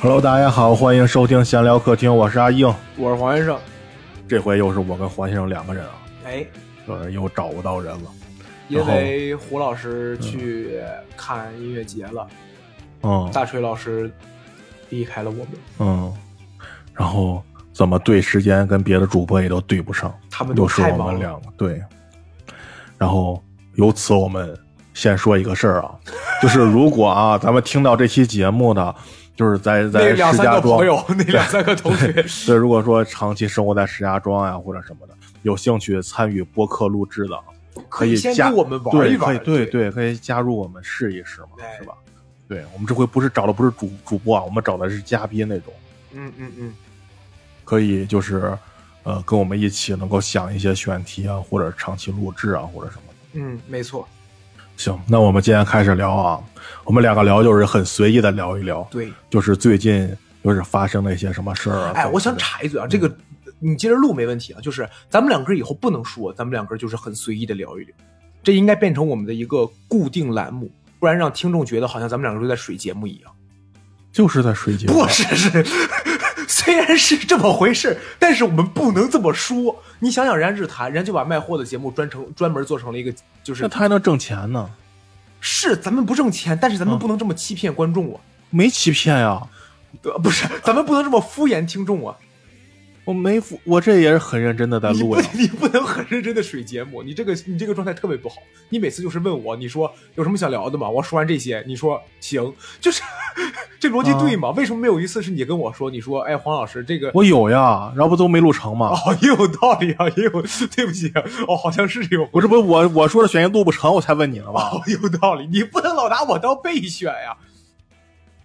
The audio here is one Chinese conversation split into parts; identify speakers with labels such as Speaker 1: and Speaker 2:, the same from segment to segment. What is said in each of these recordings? Speaker 1: Hello，大家好，欢迎收听闲聊客厅，我是阿英。
Speaker 2: 我是黄先生。
Speaker 1: 这回又是我跟黄先生两个人啊，
Speaker 2: 哎，
Speaker 1: 呃，又找不到人了。
Speaker 2: 因为胡老师去看音乐节了，
Speaker 1: 嗯
Speaker 2: 大锤老师离开了我们，
Speaker 1: 嗯，然后怎么对时间跟别的主播也都对不上，
Speaker 2: 他们都
Speaker 1: 又是
Speaker 2: 太
Speaker 1: 我
Speaker 2: 忙
Speaker 1: 们
Speaker 2: 了。
Speaker 1: 两个对。然后由此我们先说一个事儿啊， 就是如果啊，咱们听到这期节目的，就是在
Speaker 2: 那
Speaker 1: 在
Speaker 2: 两
Speaker 1: 石
Speaker 2: 三
Speaker 1: 家
Speaker 2: 个
Speaker 1: 庄
Speaker 2: 朋，友，那两三个同学，
Speaker 1: 对，如果说长期生活在石家庄呀、啊或者什么的，有兴趣参与播客录制的啊，可以
Speaker 2: 先
Speaker 1: 加
Speaker 2: 跟我们玩一玩。
Speaker 1: 对，可以，对，对，可以加入我们试一试嘛，
Speaker 2: 哎
Speaker 1: 是吧？对我们这回不是找的不是主主播啊，我们找的是嘉宾那种，
Speaker 2: 嗯嗯嗯，
Speaker 1: 可以就是呃跟我们一起能够想一些选题啊，或者长期录制啊，或者什么的。
Speaker 2: 嗯，没错，
Speaker 1: 行，那我们今天开始聊啊，我们两个聊就是很随意的聊一聊，
Speaker 2: 对。
Speaker 1: 就是最近就是发生了一些什么事儿啊。
Speaker 2: 哎，
Speaker 1: 怎么
Speaker 2: 我想
Speaker 1: 之类的
Speaker 2: 插一嘴啊，这个你接着录没问题啊，就是咱们两个以后不能说，咱们两个就是很随意的聊一聊，这应该变成我们的一个固定栏目，不然让听众觉得好像咱们两个都在水节目一样。
Speaker 1: 就是在水节目
Speaker 2: 不是是，虽然是这么回事，但是我们不能这么说。你想想，人家日坛，人家就把卖货的节目专成专门做成了一个，就
Speaker 1: 那
Speaker 2: 是
Speaker 1: 他还能挣钱呢？
Speaker 2: 是咱们不挣钱，但是咱们
Speaker 1: 嗯
Speaker 2: 不能这么欺骗观众啊，
Speaker 1: 没欺骗呀、
Speaker 2: 对不是，咱们不能这么敷衍听 众啊。
Speaker 1: 我没付，我这也是很认真的在
Speaker 2: 你
Speaker 1: 呃录
Speaker 2: 不
Speaker 1: 呀。
Speaker 2: 你不能很认真的水节目，你这个你这个状态特别不好。你每次就是问我，你说有什么想聊的吗？我说完这些，你说行，就是 这逻辑
Speaker 1: 啊
Speaker 2: 对吗？为什么没有一次是你跟我说，你说哎黄老师这个
Speaker 1: 我有呀，然后不都没录成吗？
Speaker 2: 哦也有道理啊，也有对不起哦，好像是有
Speaker 1: 我这不是我我说的选一录不成，我才问你呢吧？
Speaker 2: 哦有道理，你不能老拿我当备选呀。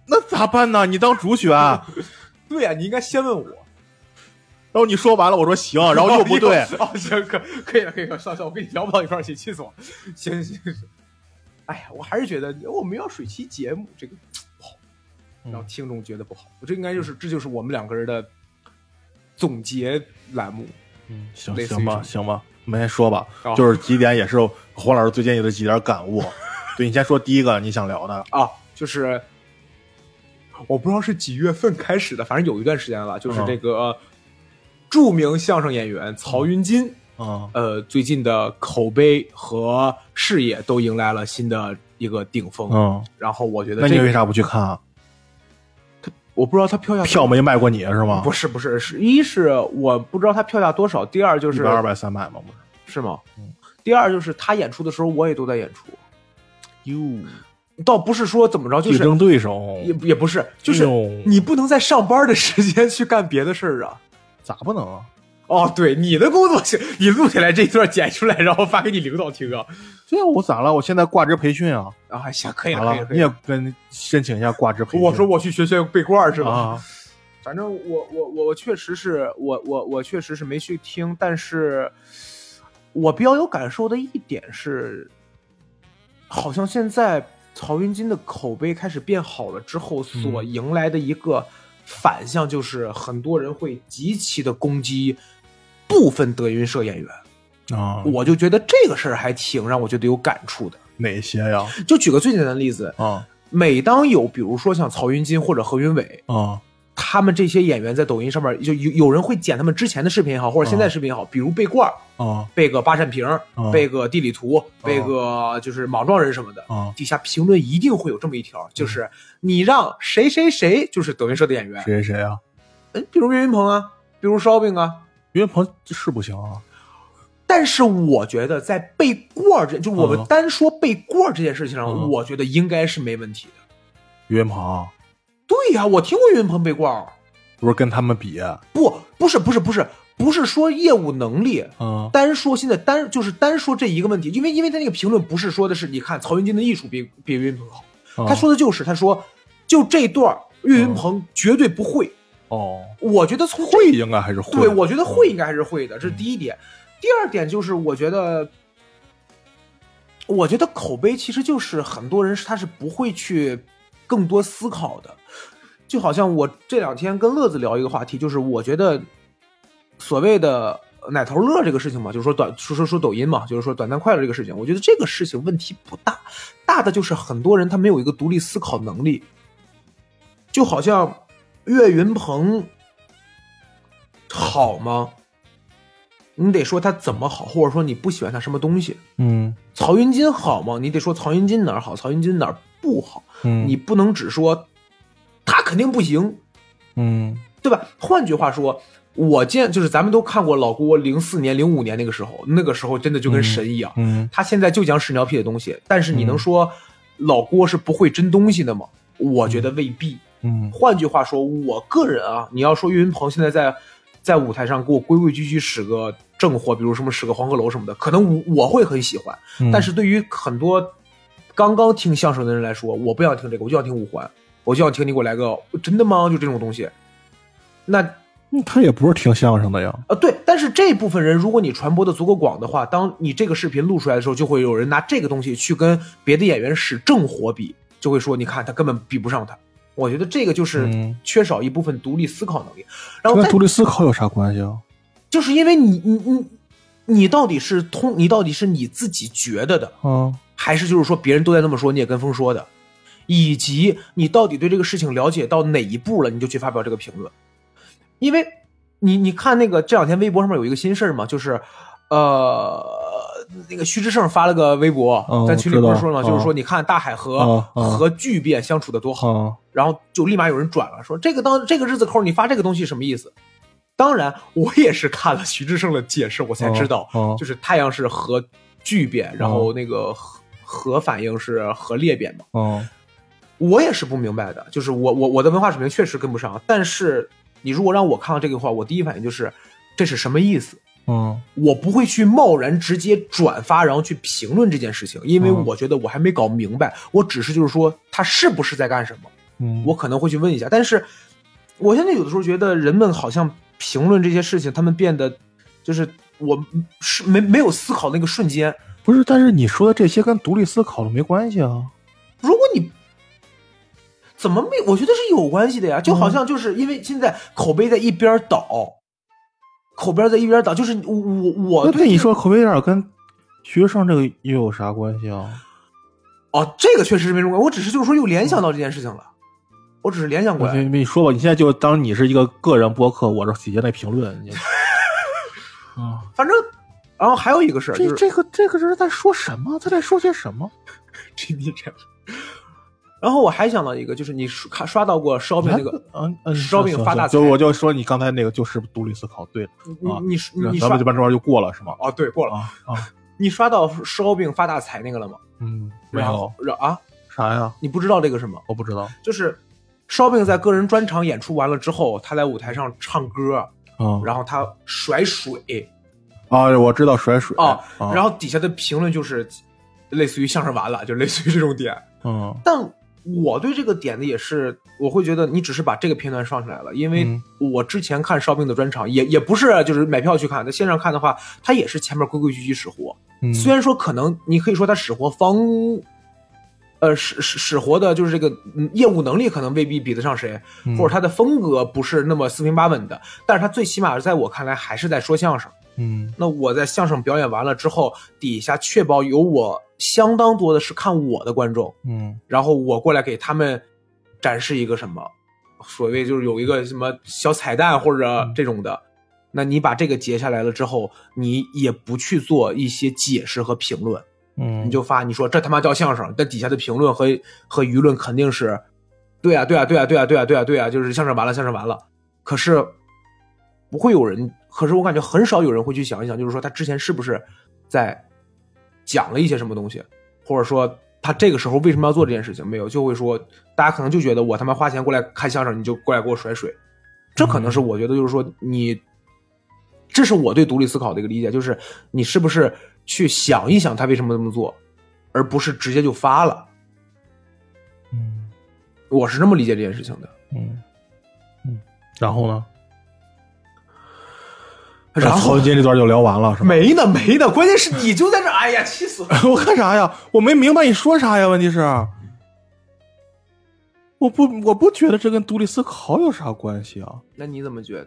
Speaker 1: 那咋办呢？你当主选，然
Speaker 2: 对呀、你应该先问我。
Speaker 1: 后你说完了，我说行，然后又不 对，
Speaker 2: 哦，行，可可以了，可以了，算了算了，我跟你聊不到一块儿去，气死我！行行行，哎呀，我还是觉得我们要水期节目这个不好，
Speaker 1: 嗯
Speaker 2: 让听众觉得不好。我这应该就是这就是我们两个人的总结栏目。
Speaker 1: 嗯行
Speaker 2: 类似于
Speaker 1: 行吧，
Speaker 2: 什
Speaker 1: 行吧，我们先说吧
Speaker 2: 哦，
Speaker 1: 就是几点也是黄老师最近有的几点感 悟。对你先说第一个你想聊的，
Speaker 2: 啊，就是我不知道是几月份开始的，反正有一段时间了，就是
Speaker 1: 嗯
Speaker 2: 这个、呃著名相声演员曹云金，
Speaker 1: 嗯
Speaker 2: 呃，最近的口碑和事业都迎来了新的一个顶峰。
Speaker 1: 嗯，
Speaker 2: 然后我觉得
Speaker 1: 那
Speaker 2: 这
Speaker 1: 你
Speaker 2: 个
Speaker 1: 为啥不去看啊？
Speaker 2: 我不知道他票价
Speaker 1: 票没卖过你是吗？
Speaker 2: 不是不是是一是我不知道他票价多少，第二就
Speaker 1: 一
Speaker 2: 是
Speaker 1: 百、二百、三百吗？不是。
Speaker 2: 是吗
Speaker 1: 嗯？
Speaker 2: 第二就是他演出的时候我也都在演出，
Speaker 1: 哟，
Speaker 2: 倒不是说怎么着，就
Speaker 1: 竞
Speaker 2: 是
Speaker 1: 争对手
Speaker 2: 也也不是，就是
Speaker 1: 哎呦
Speaker 2: 你不能在上班的时间去干别的事儿啊。
Speaker 1: 咋不能啊？
Speaker 2: 哦，对，你的工作是，你录下来这一段剪出来，然后发给你领导听啊。
Speaker 1: 这哎我咋了？我现在挂职培训啊，
Speaker 2: 啊，行，可以
Speaker 1: 咋
Speaker 2: 了，可以
Speaker 1: 了
Speaker 2: 了？可
Speaker 1: 你
Speaker 2: 以
Speaker 1: 也
Speaker 2: 了。
Speaker 1: 跟申请一下挂职培训。
Speaker 2: 我说我去学学背罐儿是吧？
Speaker 1: 啊，
Speaker 2: 反正我我我我确实是我我我确实是没去听，但是我比较有感受的一点是，好像现在曹云金的口碑开始变好了之后，所迎来的一个反向就是很多人会极其的攻击部分德云社演员，
Speaker 1: 啊，
Speaker 2: 我就觉得这个事儿还挺让我觉得有感触的。
Speaker 1: 哪些呀？
Speaker 2: 就举个最简单的例子，
Speaker 1: 啊
Speaker 2: 每当有比如说像曹云金或者何云伟，
Speaker 1: 啊
Speaker 2: 他们这些演员在抖音上面，就有有人会剪他们之前的视频也好，或者现在视频也好，比如背罐儿、
Speaker 1: 啊
Speaker 2: 背个八扇屏、
Speaker 1: 嗯
Speaker 2: 背个地理图、背个就是莽撞人什么的，
Speaker 1: 啊！
Speaker 2: 底下评论一定会有这么一条，就是你让谁谁谁就是抖音社的演员，
Speaker 1: 谁谁谁啊？
Speaker 2: 嗯，比如岳云鹏啊，比如烧饼啊。
Speaker 1: 岳云鹏是不行啊，
Speaker 2: 但是我觉得在背罐儿这，就我们
Speaker 1: 嗯
Speaker 2: 单说背罐儿这件事情上，
Speaker 1: 嗯
Speaker 2: 我觉得应该是没问题的。
Speaker 1: 岳云鹏
Speaker 2: 对呀、我听过岳云鹏背罐儿，
Speaker 1: 不是跟他们比，啊
Speaker 2: 不，不是，不是，不是，不是说业务能力，
Speaker 1: 嗯
Speaker 2: 单说现在单就是单说这一个问题，因为因为他那个评论不是说的是你看曹云金的艺术比比岳云鹏好，
Speaker 1: 嗯
Speaker 2: 他说的就是他说就这段儿岳云鹏绝对不会，
Speaker 1: 哦，
Speaker 2: 我觉得从
Speaker 1: 会应该还是会，
Speaker 2: 对我觉得会应该还是会的，这是第一点。第二点就是我觉得，我觉得口碑其实就是很多人是他是不会去更多思考的。就好像我这两天跟乐子聊一个话题，就是我觉得所谓的奶头乐这个事情嘛，就是说短说说说抖音嘛，就是说短暂快乐这个事情，我觉得这个事情问题不大，大的就是很多人他没有一个独立思考能力，就好像岳云鹏好吗？你得说他怎么好，或者说你不喜欢他什么东西。
Speaker 1: 嗯
Speaker 2: 曹云金好吗？你得说曹云金哪儿好，曹云金哪儿不好，
Speaker 1: 嗯，
Speaker 2: 你不能只说他肯定不行，
Speaker 1: 嗯
Speaker 2: 对吧？换句话说，我见就是咱们都看过老郭零四年、零五年那个时候，那个时候真的就跟神一样。
Speaker 1: 嗯
Speaker 2: 他现在就讲屎尿屁的东西，但是你能说老郭是不会真东西的吗？我觉得未必。
Speaker 1: 嗯
Speaker 2: 换句话说，我个人啊，你要说岳云鹏现在在在舞台上给我规规矩矩使个正货，比如什么使个黄鹤楼什么的，可能我我会很喜欢，
Speaker 1: 嗯，
Speaker 2: 但是对于很多刚刚听相声的人来说，我不想听这个，我就想听五环，我就想听你给我来个真的吗？就这种东西。那
Speaker 1: 嗯他也不是听相声的呀。
Speaker 2: 呃对，但是这部分人，如果你传播的足够广的话，当你这个视频录出来的时候，就会有人拿这个东西去跟别的演员使正火比，就会说你看他根本比不上他。我觉得这个就是
Speaker 1: 嗯
Speaker 2: 缺少一部分独立思考能力，然后
Speaker 1: 跟
Speaker 2: 再
Speaker 1: 独立思考有啥关系啊？
Speaker 2: 就是因为你你你你到底是通，你到底是你自己觉得的，
Speaker 1: 啊，
Speaker 2: 还是就是说别人都在那么说，你也跟风说的，以及你到底对这个事情了解到哪一步了，你就去发表这个评论。因为你你看那个这两天微博上面有一个新事儿嘛，就是呃那个徐志胜发了个微博，
Speaker 1: 嗯
Speaker 2: 在群里不
Speaker 1: 我
Speaker 2: 是
Speaker 1: 知道
Speaker 2: 说了嘛，就
Speaker 1: 嗯
Speaker 2: 是说你看大海和、
Speaker 1: 嗯嗯
Speaker 2: 和巨变相处的多好，
Speaker 1: 啊，
Speaker 2: 然后就立马有人转了，说这个当这个日子扣你发这个东西什么意思？当然，我也是看了徐志胜的解释，我才知道，
Speaker 1: 哦哦
Speaker 2: 就是太阳是核聚变，然后那个核核反应是核裂变嘛。
Speaker 1: 嗯
Speaker 2: 我也是不明白的，就是我我我的文化水平确实跟不上，但是你如果让我看到这个话，我第一反应就是这是什么意思？
Speaker 1: 嗯
Speaker 2: 我不会去贸然直接转发，然后去评论这件事情，因为
Speaker 1: 嗯
Speaker 2: 我觉得我还没搞明白，我只是就是说他是不是在干什么。
Speaker 1: 嗯，
Speaker 2: 我可能会去问一下。但是我现在有的时候觉得人们好像评论这些事情，他们变得就是我是没没有思考那个瞬间。
Speaker 1: 不是，但是你说的这些跟独立思考的没关系啊。
Speaker 2: 哦如果你怎么没？我觉得是有关系的呀，就
Speaker 1: 嗯
Speaker 2: 好像就是因为现在口碑在一边倒，口碑在一边倒，就是我我我
Speaker 1: 那
Speaker 2: 对
Speaker 1: 对你说口碑有点跟学生这个又有啥关系啊？
Speaker 2: 哦，这个确实是没什么关系，我只是就是说又联想到这件事情了，我只是联想过
Speaker 1: 我
Speaker 2: 来。
Speaker 1: 先跟你说吧，你现在就当你是一个个人播客，我是底下那评论。 你啊，
Speaker 2: 反正，然后还有一个事嗯儿，就
Speaker 1: 这
Speaker 2: 是
Speaker 1: 这个这个人在说什么？他在说些什么？
Speaker 2: Jimmy Jam。然后我还想到一个，就是你刷看刷到过烧饼那个，
Speaker 1: 嗯嗯，
Speaker 2: 烧饼
Speaker 1: 行
Speaker 2: 发大
Speaker 1: 行就
Speaker 2: 财
Speaker 1: 我就说你刚才那个就是独立思考，对了，
Speaker 2: 你
Speaker 1: 啊
Speaker 2: 你
Speaker 1: 那
Speaker 2: 你
Speaker 1: 咱
Speaker 2: 刷
Speaker 1: 们这边这边就过了是吗？
Speaker 2: 哦对过了，
Speaker 1: 啊啊，
Speaker 2: 你刷到烧饼发大财那个了吗？
Speaker 1: 嗯，没
Speaker 2: 然
Speaker 1: 有
Speaker 2: 后然啊，
Speaker 1: 啥呀，
Speaker 2: 你不知道这个是吗？
Speaker 1: 我不知道
Speaker 2: 就是烧饼在个人专场演出完了之后，他在舞台上唱歌，
Speaker 1: 啊
Speaker 2: 然后他甩水
Speaker 1: 啊，我知道甩水
Speaker 2: 啊，然
Speaker 1: 后
Speaker 2: 后底下的评论就是类似于相声完了，就类似于这种点，
Speaker 1: 嗯
Speaker 2: 但我对这个点的也是，我会觉得你只是把这个片段放出来了，因为
Speaker 1: 嗯
Speaker 2: 我之前看烧饼的专场也也不是就是买票去看，在线上看的话，他也是前面规规矩矩使活，
Speaker 1: 嗯，
Speaker 2: 虽然说可能你可以说他使活方，呃使使使活的就是这个嗯业务能力可能未必比得上谁，
Speaker 1: 嗯
Speaker 2: 或者他的风格不是那么四平八稳的，但是他最起码在我看来还是在说相声。
Speaker 1: 嗯
Speaker 2: 那我在相声表演完了之后，底下确保有我相当多的是看我的观众。
Speaker 1: 嗯
Speaker 2: 然后我过来给他们展示一个什么，所谓就是有一个什么小彩蛋或者
Speaker 1: 嗯
Speaker 2: 这种的。那你把这个截下来了之后，你也不去做一些解释和评论，
Speaker 1: 嗯，
Speaker 2: 你就发你说这他妈叫相声，但底下的评论和和舆论肯定是，对啊对啊对啊对啊对啊对啊对啊，就是相声完了相声完了。可是不会有人，可是我感觉很少有人会去想一想，就是说他之前是不是在讲了一些什么东西，或者说他这个时候为什么要做这件事情？没有，就会说大家可能就觉得我他妈花钱过来看相声，你就过来给我甩水，这可能是我觉得就是说你，这是我对独立思考的一个理解，就是你是不是去想一想他为什么这么做，而不是直接就发了。
Speaker 1: 嗯
Speaker 2: 我是这么理解这件事情的。
Speaker 1: 嗯嗯，然后呢？
Speaker 2: 然
Speaker 1: 曹
Speaker 2: 后
Speaker 1: 云金这段就聊完了是吗？
Speaker 2: 没呢没呢，关键是你就在这儿，哎呀，气死我了！
Speaker 1: 我干啥呀？我没明白你说啥呀？问题是，我不我不觉得这跟独立思考有啥关系啊。
Speaker 2: 那你怎么觉得？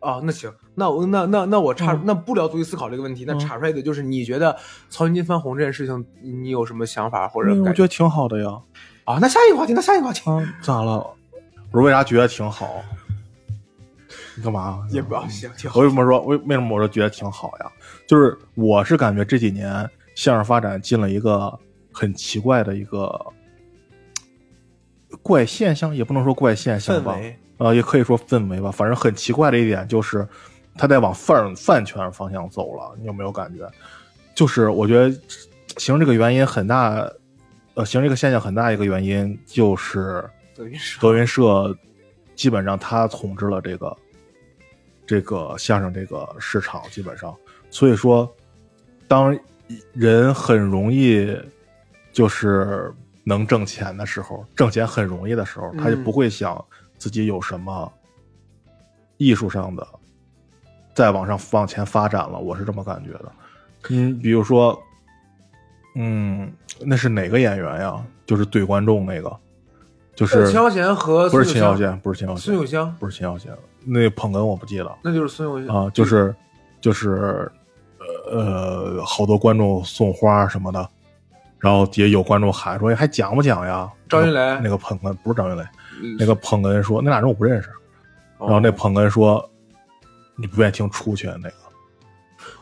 Speaker 2: 哦，那行，那我那那那我查、
Speaker 1: 嗯
Speaker 2: 那不聊独立思考这个问题，那
Speaker 1: 嗯
Speaker 2: 查出来的就是你觉得曹云金翻红这件事情，你有什么想法或者
Speaker 1: 嗯我
Speaker 2: 感
Speaker 1: 觉得挺好的呀。
Speaker 2: 啊、那下一个话题，那下一个话题
Speaker 1: 啊，咋了？我说为啥觉得挺好？你干嘛？
Speaker 2: 也不啊，行，挺好
Speaker 1: 我。为什么说为为什么我说觉得挺好呀？就是我是感觉这几年相声发展进了一个很奇怪的一个怪现象，也不能说怪现象
Speaker 2: 氛
Speaker 1: 吧，
Speaker 2: 围，
Speaker 1: 呃，也可以说氛围吧。反正很奇怪的一点就是，他在往饭饭圈方向走了，你有没有感觉？就是我觉得形容这个原因很大，呃，形容这个现象很大一个原因就是
Speaker 2: 德云社
Speaker 1: 德云社基本上他统治了这个这个相声这个市场，基本上，所以说，当人很容易就是能挣钱的时候，挣钱很容易的时候，他就
Speaker 2: 嗯
Speaker 1: 不会想自己有什么艺术上的再往上往前发展了，我是这么感觉的。 嗯，比如说，嗯，那是哪个演员呀？就是怼观众那个，就是
Speaker 2: 秦霄贤和
Speaker 1: 不是
Speaker 2: 孙
Speaker 1: 秦
Speaker 2: 友
Speaker 1: 霄
Speaker 2: 呃香，
Speaker 1: 贤，不啊是秦霄贤，
Speaker 2: 孙友香，
Speaker 1: 不是秦霄贤，那捧哏我不记得
Speaker 2: 那就是孙友香
Speaker 1: 啊，就是就是呃，好多观众送花什么的，然后也有观众喊说哎还讲不讲呀？
Speaker 2: 张云雷
Speaker 1: 那个捧哏不是张云雷，
Speaker 2: 嗯
Speaker 1: 那个捧哏说那俩人我不认识，
Speaker 2: 哦
Speaker 1: 然后那捧哏说你不愿意听出去那个，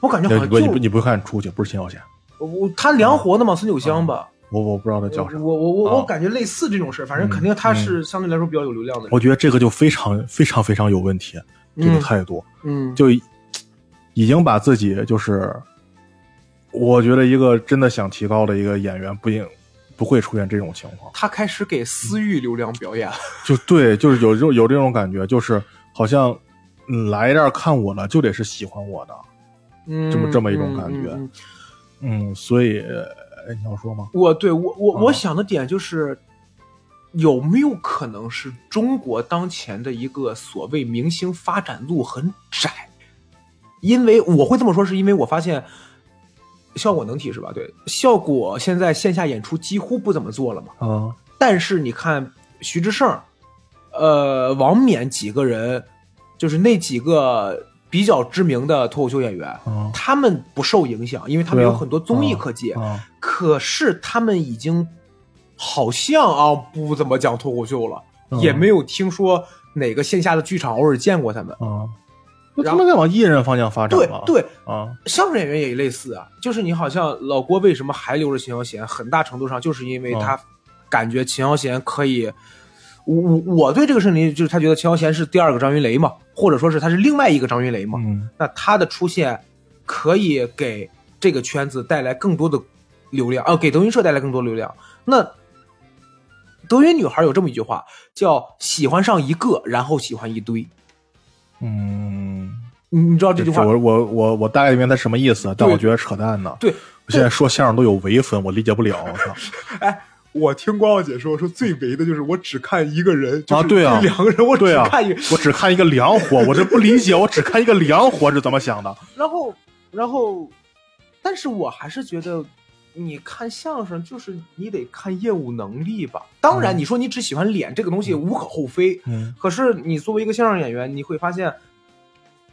Speaker 2: 我感觉好
Speaker 1: 那你
Speaker 2: 像
Speaker 1: 不
Speaker 2: 就
Speaker 1: 你不你不看出去，不是秦霄贤，
Speaker 2: 我我他梁活的嘛，孙九香吧，
Speaker 1: 我我不知道他叫啥
Speaker 2: 我。我我
Speaker 1: 啊
Speaker 2: 我感觉类似这种事儿，反正
Speaker 1: 嗯
Speaker 2: 肯定他是相对来说比较有流量的人。
Speaker 1: 我觉得这个就非常非常非常有问题，这个
Speaker 2: 嗯
Speaker 1: 态度。
Speaker 2: 嗯，
Speaker 1: 就已已经把自己就是，我觉得一个真的想提高的一个演员，不应不会出现这种情况。
Speaker 2: 他开始给私域流量表演，
Speaker 1: 就对，就是有有有这种感觉，就是好像嗯来这儿看我了，就得是喜欢我的，
Speaker 2: 嗯，
Speaker 1: 这么这么一种感觉
Speaker 2: 嗯嗯嗯
Speaker 1: 嗯，所以呃你要说吗？
Speaker 2: 我对我我
Speaker 1: 啊
Speaker 2: 我想的点就是，有没有可能是中国当前的一个所谓明星发展路很窄？因为我会这么说，是因为我发现效果能提是吧？对，效果现在线下演出几乎不怎么做了嘛。
Speaker 1: 啊，
Speaker 2: 但是你看徐志胜，呃，王冕几个人，就是那几个比较知名的脱口秀演员，
Speaker 1: 啊
Speaker 2: 他们不受影响，因为他们
Speaker 1: 对啊
Speaker 2: 有很多综艺可接。
Speaker 1: 啊，
Speaker 2: 可是他们已经好像啊不怎么讲脱口秀了，
Speaker 1: 嗯
Speaker 2: 也没有听说哪个线下的剧场偶尔见过他们。
Speaker 1: 啊，那他们在往艺人方向发展
Speaker 2: 对
Speaker 1: 了，
Speaker 2: 对，
Speaker 1: 啊，
Speaker 2: 相声演员也类似啊，就是你好像老郭为什么还留着秦霄贤，很大程度上就是因为
Speaker 1: 哦
Speaker 2: 他感觉秦霄贤可以，我我我对这个事情就是他觉得秦霄贤是第二个张云雷嘛，或者说是他是另外一个张云雷嘛，
Speaker 1: 嗯
Speaker 2: 那他的出现可以给这个圈子带来更多的流量，啊，给德云社带来更多流量。那德云女孩有这么一句话，叫“喜欢上一个，然后喜欢一堆
Speaker 1: 嗯。”，
Speaker 2: 你你知道这句话？
Speaker 1: 我我我我大概明白他什么意思，但
Speaker 2: 对
Speaker 1: 我觉得扯淡呢。
Speaker 2: 对，
Speaker 1: 我现在说相声都有唯粉，我理解不了。我操！
Speaker 2: 哎，我听光耀姐说，说最唯的就是我只看一个人，就
Speaker 1: 啊
Speaker 2: 是
Speaker 1: 对啊
Speaker 2: 两个人我
Speaker 1: 对
Speaker 2: 只
Speaker 1: 啊
Speaker 2: 看一个，，
Speaker 1: 我只看一个梁火， 我这不理解，我只看一个梁火是怎么想的？
Speaker 2: 然后，然后，但是我还是觉得，你看相声就是你得看业务能力吧。当然，
Speaker 1: 嗯
Speaker 2: 你说你只喜欢脸这个东西无可厚非，
Speaker 1: 嗯
Speaker 2: 可是你作为一个相声演员，你会发现，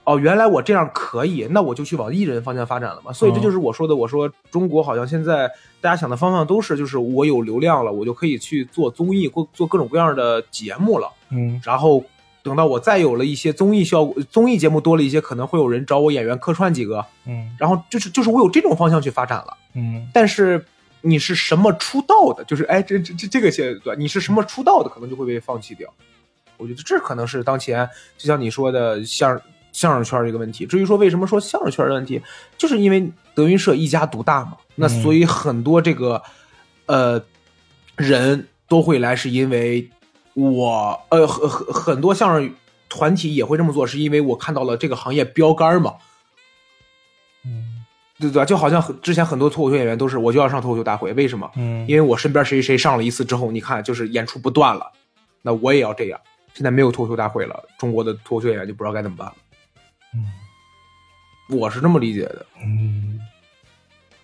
Speaker 2: 哦，原来我这样可以，那我就去往艺人方向发展了嘛。所以这
Speaker 1: 嗯
Speaker 2: 就是我说的，我说中国好像现在大家想的方向都是，就是我有流量了，我就可以去做综艺，做做各种各样的节目了。
Speaker 1: 嗯
Speaker 2: 然后等到我再有了一些综艺效果，综艺节目多了一些，可能会有人找我演员客串几个，
Speaker 1: 嗯
Speaker 2: 然后就是就是我有这种方向去发展了。
Speaker 1: 嗯
Speaker 2: 但是你是什么出道的，就是哎这这这这个阶段你是什么出道的，可能就会被放弃掉。我觉得这可能是当前就像你说的相相声圈儿这个问题。至于说为什么说相声圈儿的问题，就是因为德云社一家独大嘛，那
Speaker 1: 嗯
Speaker 2: 所以很多这个呃人都会来，是因为我呃很很很多相声团体也会这么做，是因为我看到了这个行业标杆儿嘛。
Speaker 1: 嗯
Speaker 2: 对对吧？就好像很之前很多脱口秀演员都是，我就要上脱口秀大会，为什么？
Speaker 1: 嗯
Speaker 2: 因为我身边谁谁上了一次之后，你看就是演出不断了，那我也要这样。现在没有脱口秀大会了，中国的脱口秀演员就不知道该怎么办了。我是这么理解的。
Speaker 1: 嗯，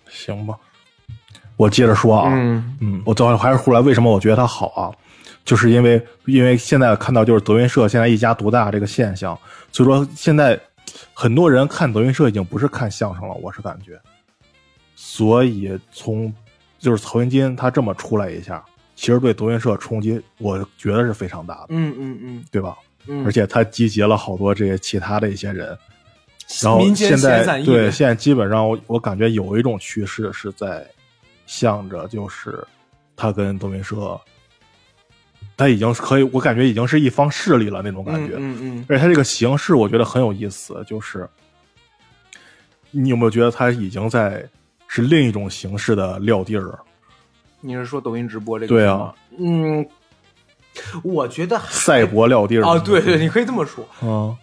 Speaker 1: 行吧，我接着说啊。
Speaker 2: 嗯啊
Speaker 1: 嗯嗯，我最后还是后来为什么我觉得它好啊？就是因为因为现在看到就是德云社现在一家独大这个现象，所以说现在很多人看德云社已经不是看相声了，我是感觉，所以从就是曹云金他这么出来一下，其实对德云社冲击，我觉得是非常大的，
Speaker 2: 嗯嗯嗯
Speaker 1: 对吧？
Speaker 2: 嗯，
Speaker 1: 而且他集结了好多这些其他的一些人，然后
Speaker 2: 民间
Speaker 1: 现在
Speaker 2: 闲散艺
Speaker 1: 对
Speaker 2: 人，嗯
Speaker 1: 现在基本上我我感觉有一种趋势是在向着就是他跟德云社，他已经是可以我感觉已经是一方势力了那种感觉，
Speaker 2: 嗯嗯
Speaker 1: 而且他这个形式我觉得很有意思，就是你有没有觉得他已经在是另一种形式的撂地儿？
Speaker 2: 嗯，你是说抖音直播这个？
Speaker 1: 对啊，
Speaker 2: 嗯，我觉得还
Speaker 1: 赛博撂地儿
Speaker 2: 啊，对对，，你可以这么说。
Speaker 1: 嗯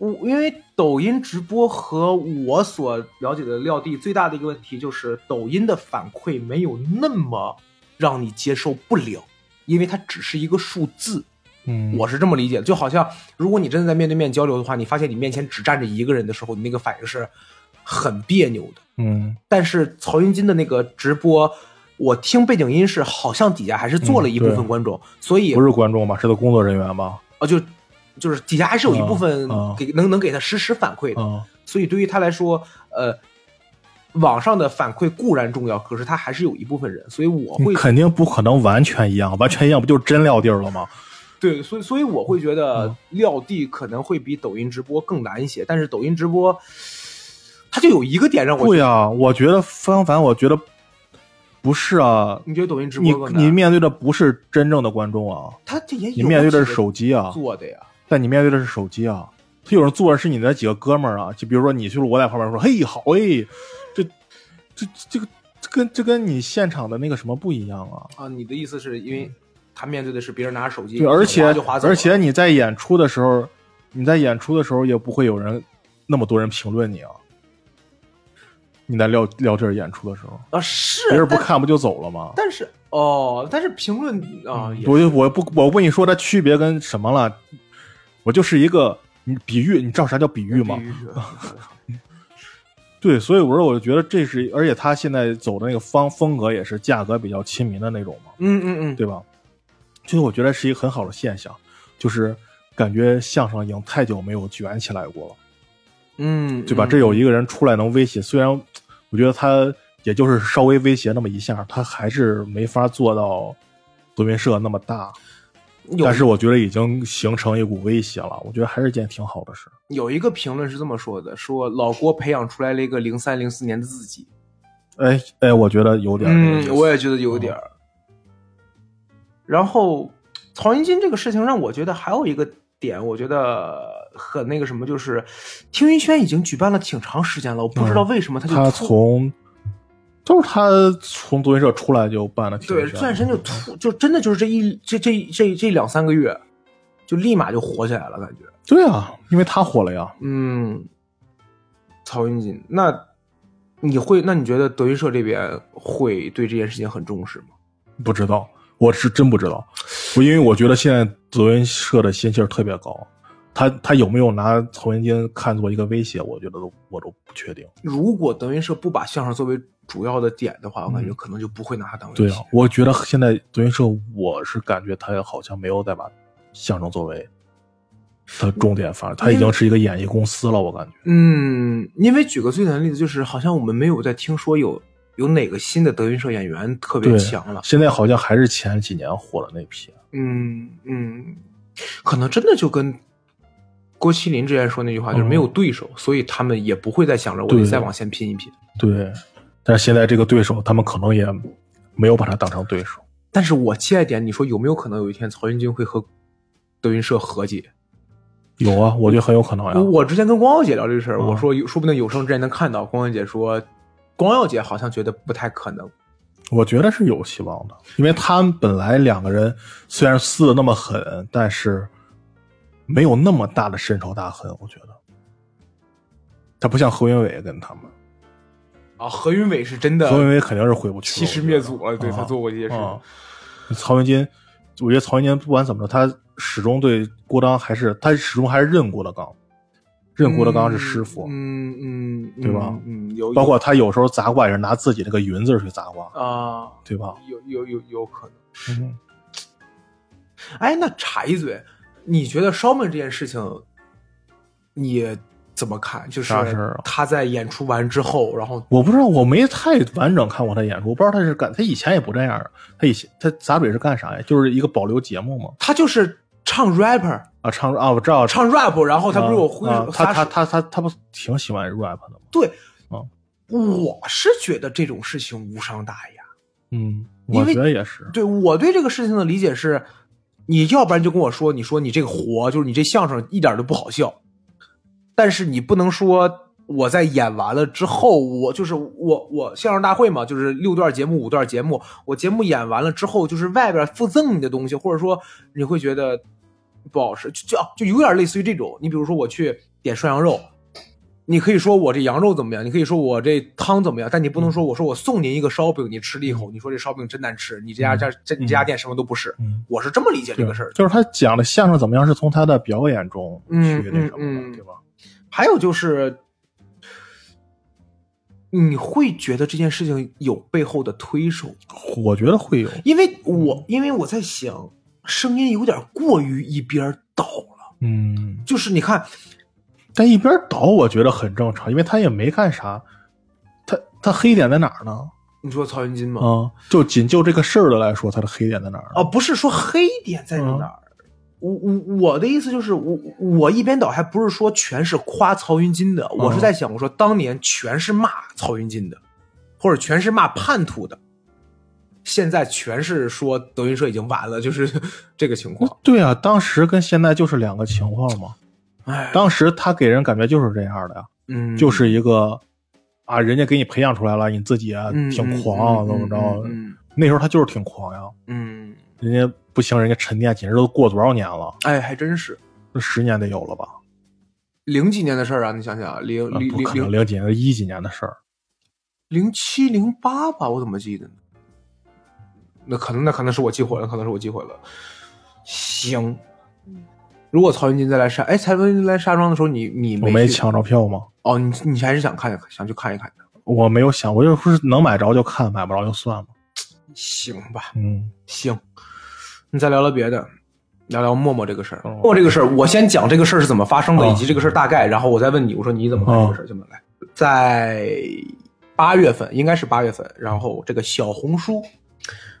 Speaker 2: 我因为抖音直播和我所了解的撂地最大的一个问题就是，抖音的反馈没有那么让你接受不了，因为它只是一个数字。
Speaker 1: 嗯，
Speaker 2: 我是这么理解的，就好像如果你真的在面对面交流的话，你发现你面前只站着一个人的时候，你那个反应是很别扭的。
Speaker 1: 嗯
Speaker 2: 但是曹云金的那个直播，我听背景音是好像底下还是坐了一
Speaker 1: 嗯
Speaker 2: 部
Speaker 1: 对
Speaker 2: 分观众，所以
Speaker 1: 不是观众吧，是他工作人员吧？
Speaker 2: 啊就就是底下还是有一部分
Speaker 1: 嗯嗯
Speaker 2: 给、能能给他实时反馈的，
Speaker 1: 嗯
Speaker 2: 所以对于他来说，呃，网上的反馈固然重要，可是他还是有一部分人，所以我会
Speaker 1: 你肯定不可能完全一样，完全一样不就是真撂地儿了吗？
Speaker 2: 对，所以所以我会觉得
Speaker 1: 嗯
Speaker 2: 撂地可能会比抖音直播更难一些，但是抖音直播，它就有一个点让我觉
Speaker 1: 对
Speaker 2: 得，
Speaker 1: 啊，我觉得相反，我觉得不是啊，
Speaker 2: 你觉得抖音直
Speaker 1: 你
Speaker 2: 播更难？
Speaker 1: 你面对的不是真正的观众啊，
Speaker 2: 它这也有
Speaker 1: 你面对的是
Speaker 2: 几个
Speaker 1: 手机啊，
Speaker 2: 做的呀，
Speaker 1: 但你面对的是手机啊，他有人坐着是你的几个哥们儿啊，就比如说你去了，我在旁边说，嘿，好哎，这这这个这跟这跟你现场的那个什么不一样啊。
Speaker 2: 啊，你的意思是因为他面对的是别人拿着手机，
Speaker 1: 嗯对，而且
Speaker 2: 划就划走了
Speaker 1: 而且你在演出的时候，你在演出的时候也不会有人那么多人评论你啊。你在撂撂这儿演出的时候，
Speaker 2: 啊是，
Speaker 1: 别人不
Speaker 2: 但，
Speaker 1: 看不就走了吗？
Speaker 2: 但是哦，但是评论啊，也
Speaker 1: 我就我不我不跟你说它区别跟什么了，我就是一个你比喻，你知道啥叫比喻吗？
Speaker 2: 地狱
Speaker 1: 对，所以我说我就觉得这是，而且他现在走的那个方风格也是价格比较亲民的那种嘛。
Speaker 2: 嗯嗯嗯，
Speaker 1: 对吧？其实我觉得是一个很好的现象，就是感觉相声已经太久没有卷起来过了，
Speaker 2: 嗯，
Speaker 1: 对吧？
Speaker 2: 嗯
Speaker 1: 这有一个人出来能威胁，虽然我觉得他也就是稍微威胁那么一下，他还是没法做到德云社那么大，
Speaker 2: 有
Speaker 1: 但是我觉得已经形成一股威胁了，我觉得还是件挺好的事。
Speaker 2: 有一个评论是这么说的，说老郭培养出来了一个零三零四年的自己。
Speaker 1: 哎哎，我觉得有点那个意思，哦
Speaker 2: 嗯，我也觉得有点儿。然后曹云金这个事情让我觉得还有一个点，我觉得很那个什么，就是听云轩已经举办了挺长时间了，我不知道为什么他就
Speaker 1: 嗯他
Speaker 2: 突
Speaker 1: 从都是他从德云社出来就办的挺
Speaker 2: 对
Speaker 1: 全
Speaker 2: 转身就突就真的就是这一这这这这两三个月，就立马就火起来了，感觉。
Speaker 1: 对啊，因为他火了呀。
Speaker 2: 嗯，曹云金，那你会那你觉得德云社这边会对这件事情很重视吗？
Speaker 1: 不知道，我是真不知道。我因为我觉得现在德云社的心气儿特别高，他他有没有拿曹云金看作一个威胁，我觉得都我都不确定。
Speaker 2: 如果德云社不把相声作为主要的点的话，我感觉可能就不会拿它当威
Speaker 1: 嗯
Speaker 2: 胁。
Speaker 1: 对啊，我觉得现在德云社，我是感觉他好像没有再把相声作为他重点发展，他已经是一个演艺公司了，我感觉。
Speaker 2: 嗯，因为举个最简单的例子，就是好像我们没有在听说有有哪个新的德云社演员特别
Speaker 1: 对，
Speaker 2: 强了。
Speaker 1: 现在好像还是前几年火的那批。啊
Speaker 2: 嗯嗯，可能真的就跟郭麒麟之前说那句话，就是没有对手，所以他们也不会再想着我
Speaker 1: 哦对
Speaker 2: 得再往前拼一拼。
Speaker 1: 对，但是现在这个对手，他们可能也没有把他当成对手。
Speaker 2: 但是我期待点，你说有没有可能有一天曹云金会和德云社和解？
Speaker 1: 有啊，我觉得很有可能呀。
Speaker 2: 我之前跟光耀姐聊这个事儿，
Speaker 1: 嗯
Speaker 2: 我说有说不定有生之年能看到。光耀姐说，光耀姐好像觉得不太可能。
Speaker 1: 我觉得是有希望的，因为他们本来两个人虽然撕的那么狠，但是没有那么大的深仇大恨。我觉得他不像何云伟跟他们，
Speaker 2: 啊，何云伟是真的
Speaker 1: 何云伟肯定是回不去了，
Speaker 2: 欺师灭祖了，对
Speaker 1: 啊
Speaker 2: 他做过这些
Speaker 1: 我觉
Speaker 2: 事
Speaker 1: 得。
Speaker 2: 情。
Speaker 1: 啊曹云金，我觉得曹云金不管怎么着，他始终对郭当还是他始终还是认郭德纲，认郭德纲是师傅，
Speaker 2: 嗯嗯，嗯
Speaker 1: 对吧
Speaker 2: 嗯，有
Speaker 1: 包括他有时候砸挂也是拿自己那个“云”字去砸挂，
Speaker 2: 啊，
Speaker 1: 对吧？
Speaker 2: 嗯有有有有可能。
Speaker 1: 嗯
Speaker 2: 哎，那插一嘴，你觉得烧闷这件事情，你怎么看？就是
Speaker 1: 啥事儿啊
Speaker 2: 他在演出完之后，然后
Speaker 1: 我不知道，我没太完整看过他演出，我不知道他是干，他以前也不这样的，他以前他洒水是干啥呀？就是一个保留节目嘛。
Speaker 2: 他就是唱 rapper，
Speaker 1: 啊，唱啊，我知道，
Speaker 2: 唱 rap，然后他不是有挥
Speaker 1: 啊啊
Speaker 2: 手、
Speaker 1: 他他
Speaker 2: 手
Speaker 1: 他他他不挺喜欢 rap 的吗？
Speaker 2: 对，
Speaker 1: 啊
Speaker 2: 我是觉得这种事情无伤大雅。
Speaker 1: 嗯，
Speaker 2: 因
Speaker 1: 我
Speaker 2: 为
Speaker 1: 觉得也是。
Speaker 2: 对我对这个事情的理解是，你要不然就跟我说，你说你这个活就是你这相声一点都不好笑，但是你不能说我在演完了之后，我就是我我相声大会嘛，就是六段节目五段节目，我节目演完了之后，就是外边附赠你的东西，或者说你会觉得不好吃，就就哦就有点类似于这种。你比如说我去点涮羊肉。你可以说我这羊肉怎么样，你可以说我这汤怎么样，但你不能说我说我送您一个烧饼，你吃了一口，你说这烧饼真难吃，你这家家这你这家店什么都不是。
Speaker 1: 嗯，
Speaker 2: 我是这么理解这
Speaker 1: 对
Speaker 2: 个事儿的。
Speaker 1: 就是他讲的相声怎么样，是从他的表演中去
Speaker 2: 嗯
Speaker 1: 那什么
Speaker 2: 嗯嗯
Speaker 1: 的，对吧？
Speaker 2: 还有就是，你会觉得这件事情有背后的推手，
Speaker 1: 我觉得会有，
Speaker 2: 因为我因为我在想，声音有点过于一边儿倒了，
Speaker 1: 嗯，
Speaker 2: 就是你看，
Speaker 1: 但一边倒我觉得很正常，因为他也没干啥，他他黑点在哪儿呢？
Speaker 2: 你说曹云金吗？
Speaker 1: 啊，就仅就这个事儿的来说，他的黑点在哪儿呢？
Speaker 2: 啊，不是说黑点在
Speaker 1: 嗯
Speaker 2: 哪儿。我我我的意思就是，我我一边倒还不是说全是夸曹云金的，我
Speaker 1: 嗯
Speaker 2: 是在想，我说当年全是骂曹云金的，或者全是骂叛徒的，现在全是说德云社已经完了，就是 这个情况。
Speaker 1: 对啊，当时跟现在就是两个情况嘛。
Speaker 2: 哎，
Speaker 1: 当时他给人感觉就是这样的呀，
Speaker 2: 嗯，
Speaker 1: 就是一个啊，人家给你培养出来了，你自己也
Speaker 2: 嗯
Speaker 1: 挺狂啊，
Speaker 2: 嗯
Speaker 1: 怎么着？
Speaker 2: 嗯
Speaker 1: 那时候他就是挺狂呀，
Speaker 2: 嗯嗯，
Speaker 1: 人家不行，人家沉淀起来，这都过多少年了？
Speaker 2: 哎，还真是
Speaker 1: 这十年得有了吧？
Speaker 2: 零几年的事儿啊，你想想，零
Speaker 1: 啊
Speaker 2: 零
Speaker 1: 不可
Speaker 2: 零
Speaker 1: 能，
Speaker 2: 零
Speaker 1: 零几年、一几年的事儿。
Speaker 2: 零七零八吧，我怎么记得呢？那可能那可能是我记混了，可能是我记混了。行，如果曹云金再来沙，哎，曹云金来沙庄的时候，你你
Speaker 1: 我没
Speaker 2: 去
Speaker 1: 抢着票吗？
Speaker 2: 哦，你你还是想看想去看一看的，
Speaker 1: 我没有想，我就是能买着就看，买不着就算嘛。
Speaker 2: 行吧？
Speaker 1: 嗯，
Speaker 2: 行，你再聊聊别的，聊聊陌陌这个事儿。
Speaker 1: 嗯
Speaker 2: 陌陌这个事儿，我先讲这个事儿是怎么发生的，
Speaker 1: 哦
Speaker 2: 以及这个事儿大概，然后我再问你，我说你怎么看这个事儿？行不行？来，在八月份，应该是八月份，然后这个小红书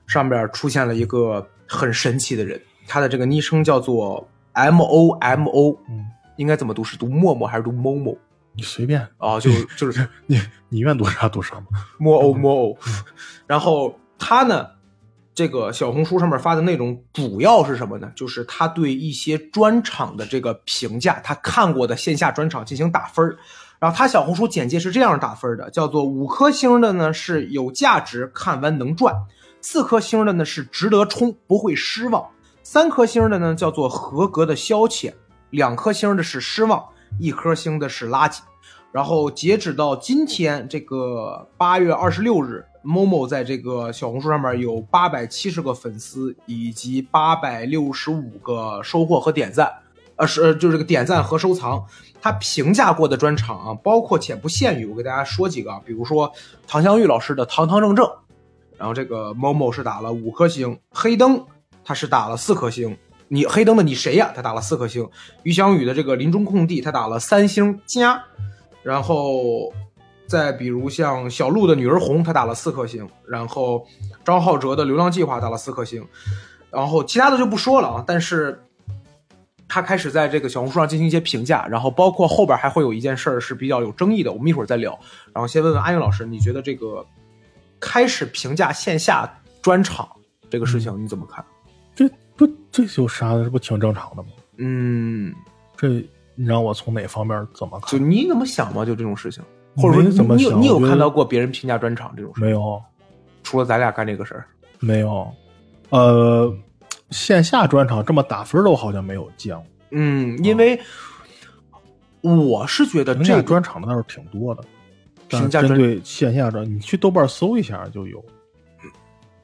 Speaker 2: 上边出现了一个很神奇的人，他的这个昵称叫做 M O M O，
Speaker 1: 嗯
Speaker 2: 应该怎么读？是读陌陌还是读某某？
Speaker 1: 你随便，
Speaker 2: 啊，就就是
Speaker 1: 你你愿读啥读啥嘛。
Speaker 2: 摸偶摸偶。然后他呢，这个小红书上面发的内容主要是什么呢？就是他对一些专场的这个评价，他看过的线下专场进行打分儿然后他小红书简介是这样打分儿的，叫做五颗星的呢是有价值，看完能赚；四颗星的呢是值得冲，不会失望；三颗星的呢叫做合格的消遣；两颗星的是失望，一颗星的是垃圾。然后截止到今天这个八月二十六日，Momo 在这个小红书上面有八百七十个粉丝以及八百六十五个收获和点赞，呃是呃就是这个点赞和收藏。他评价过的专场啊，包括且不限于，我给大家说几个啊，比如说唐湘玉老师的《堂堂正正》，然后这个 Momo 是打了五颗星，黑灯他是打了四颗星，你黑灯的你谁呀？他打了四颗星，于翔宇的这个《林中空地》他打了三星加。然后再比如像小鹿的女儿红，他打了四颗星，然后张浩哲的流浪计划打了四颗星，然后其他的就不说了啊。但是他开始在这个小红书上进行一些评价，然后包括后边还会有一件事儿是比较有争议的，我们一会儿再聊。然后先问问安英老师，你觉得这个开始评价线下专场这个事情你怎么看？
Speaker 1: 嗯这不这有啥的？这不挺正常的吗？
Speaker 2: 嗯，
Speaker 1: 这你让我从哪方面怎么
Speaker 2: 就
Speaker 1: 看？
Speaker 2: 你怎么想吗？就这种事情，或者说
Speaker 1: 没怎么
Speaker 2: 你有
Speaker 1: 想
Speaker 2: 你有
Speaker 1: 我觉得
Speaker 2: 看到过别人评价专场这种事？
Speaker 1: 没有，
Speaker 2: 除了咱俩干这个事儿。
Speaker 1: 没有，呃，线下专场这么打分的，我好像没有见过。哦
Speaker 2: 嗯，因为我是觉得
Speaker 1: 评
Speaker 2: 呃这
Speaker 1: 价
Speaker 2: 个
Speaker 1: 专场的倒是挺多的，但
Speaker 2: 评价
Speaker 1: 针
Speaker 2: 专
Speaker 1: 对线下专，你去豆瓣搜一下就有，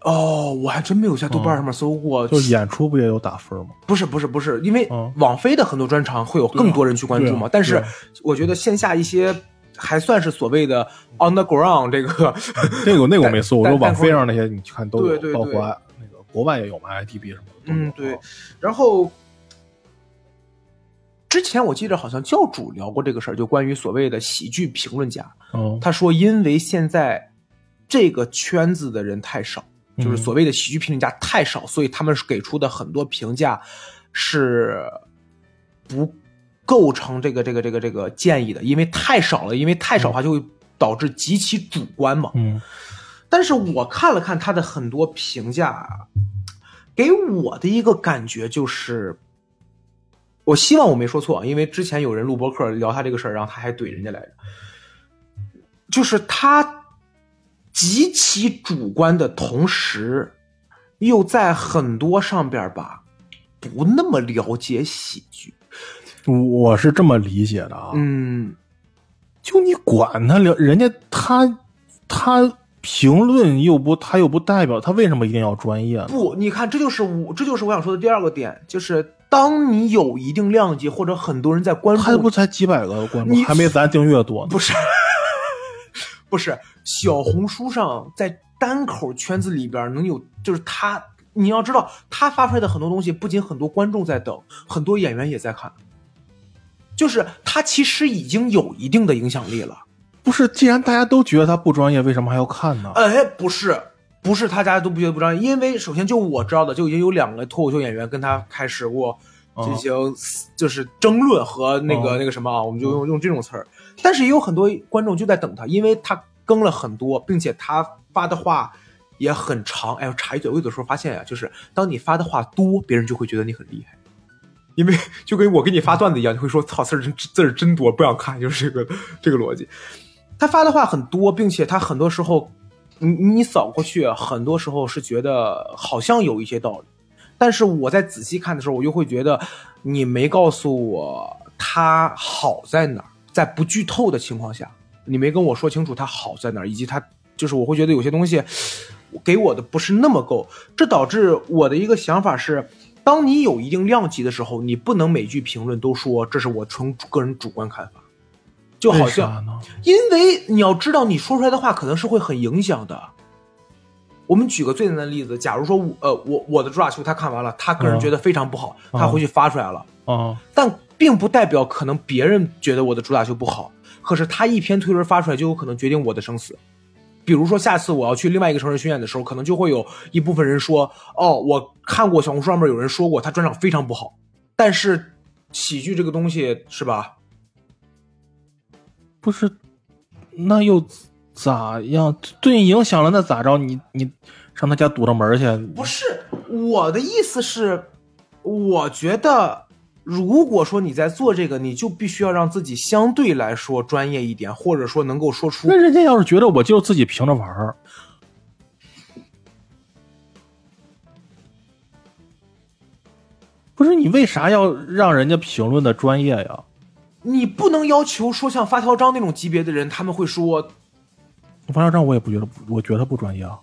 Speaker 2: 哦，我还真没有在豆瓣上面搜过。
Speaker 1: 哦就是演出不也有打分吗？
Speaker 2: 不是不是不是，因为
Speaker 1: 嗯
Speaker 2: 网飞的很多专场会有更多人去关注嘛。
Speaker 1: 对啊
Speaker 2: 但是
Speaker 1: 对啊
Speaker 2: 我觉得线下一些还算是所谓的 on the ground 这个，
Speaker 1: 那个那个我没搜，我
Speaker 2: 但
Speaker 1: 说网飞上那些你去看都有，
Speaker 2: 对对对
Speaker 1: 包括那个国外也有啊嘛，ITB 什么的。
Speaker 2: 嗯，对。然后之前我记得好像教主聊过这个事儿，就关于所谓的喜剧评论家，
Speaker 1: 嗯，
Speaker 2: 他说因为现在这个圈子的人太少，
Speaker 1: 嗯
Speaker 2: 就是所谓的喜剧评论家太少，所以他们给出的很多评价是不构成这个这个这个这个建议的，因为太少了，因为太少的话就会导致极其主观嘛。
Speaker 1: 嗯
Speaker 2: 但是我看了看他的很多评价，给我的一个感觉就是，我希望我没说错啊，因为之前有人录播客聊他这个事儿，然后他还怼人家来着，就是他极其主观的同时，又在很多上边儿吧不那么了解喜剧，
Speaker 1: 嗯，我是这么理解的啊。
Speaker 2: 嗯，
Speaker 1: 就你管他聊，人家他他评论又不，他又不代表他为什么一定要专业呢？
Speaker 2: 不，你看，这就是我，这就是我想说的第二个点，就是当你有一定量级或者很多人在关注
Speaker 1: 他不才几百个观众，
Speaker 2: 你
Speaker 1: 还没咱订阅多呢。
Speaker 2: 不是，不是小红书上在单口圈子里边能有，就是他，你要知道，他发出来的很多东西，不仅很多观众在等，很多演员也在看，就是他其实已经有一定的影响力了。
Speaker 1: 不是，既然大家都觉得他不专业，为什么还要看呢？
Speaker 2: 哎，不是，不是，他家都不觉得不专业，因为首先就我知道的，就已经有两个脱口秀演员跟他开始过进行就是争论和那个、
Speaker 1: 哦
Speaker 2: 那个什么啊，我们就用用这种词儿。但是也有很多观众就在等他，因为他更了很多，并且他发的话也很长。哎呦，插一嘴，我有的时候发现啊，就是当你发的话多，别人就会觉得你很厉害。因为就跟我给你发段子一样，你会说“操，字儿真字儿真多，不想看”，就是这个这个逻辑。他发的话很多，并且他很多时候，你你扫过去，很多时候是觉得好像有一些道理，但是我在仔细看的时候，我又会觉得你没告诉我他好在哪儿，在不剧透的情况下，你没跟我说清楚他好在哪儿，以及他就是我会觉得有些东西给我的不是那么够，这导致我的一个想法是。当你有一定量级的时候，你不能每句评论都说这是我纯个人主观看法，就呃好像
Speaker 1: 为啥呢？
Speaker 2: 因为你要知道，你说出来的话可能是会很影响的。我们举个最简单的例子，假如说我，呃，我我的主打秀他看完了，他个人
Speaker 1: 嗯
Speaker 2: 觉得非常不好，
Speaker 1: 嗯
Speaker 2: 他回去发出来了，
Speaker 1: 啊，
Speaker 2: 但并不代表可能别人觉得我的主打秀不好，可是他一篇推文发出来就有可能决定我的生死。比如说，下次我要去另外一个城市巡演的时候，可能就会有一部分人说：“哦，我看过小红书上面有人说过他专场非常不好。”但是喜剧这个东西是吧？
Speaker 1: 不是，那又咋样？对你影响了，那咋着？你你上他家堵着门去？
Speaker 2: 不是我的意思是，我觉得如果说你在做这个，你就必须要让自己相对来说专业一点，或者说能够说出
Speaker 1: 那人家要是觉得我就自己凭着玩儿，不是你为啥要让人家评论的专业呀？
Speaker 2: 你不能要求说像发条章那种级别的人，他们会说
Speaker 1: 冯小刚我也不觉得不，我觉得他不专业啊。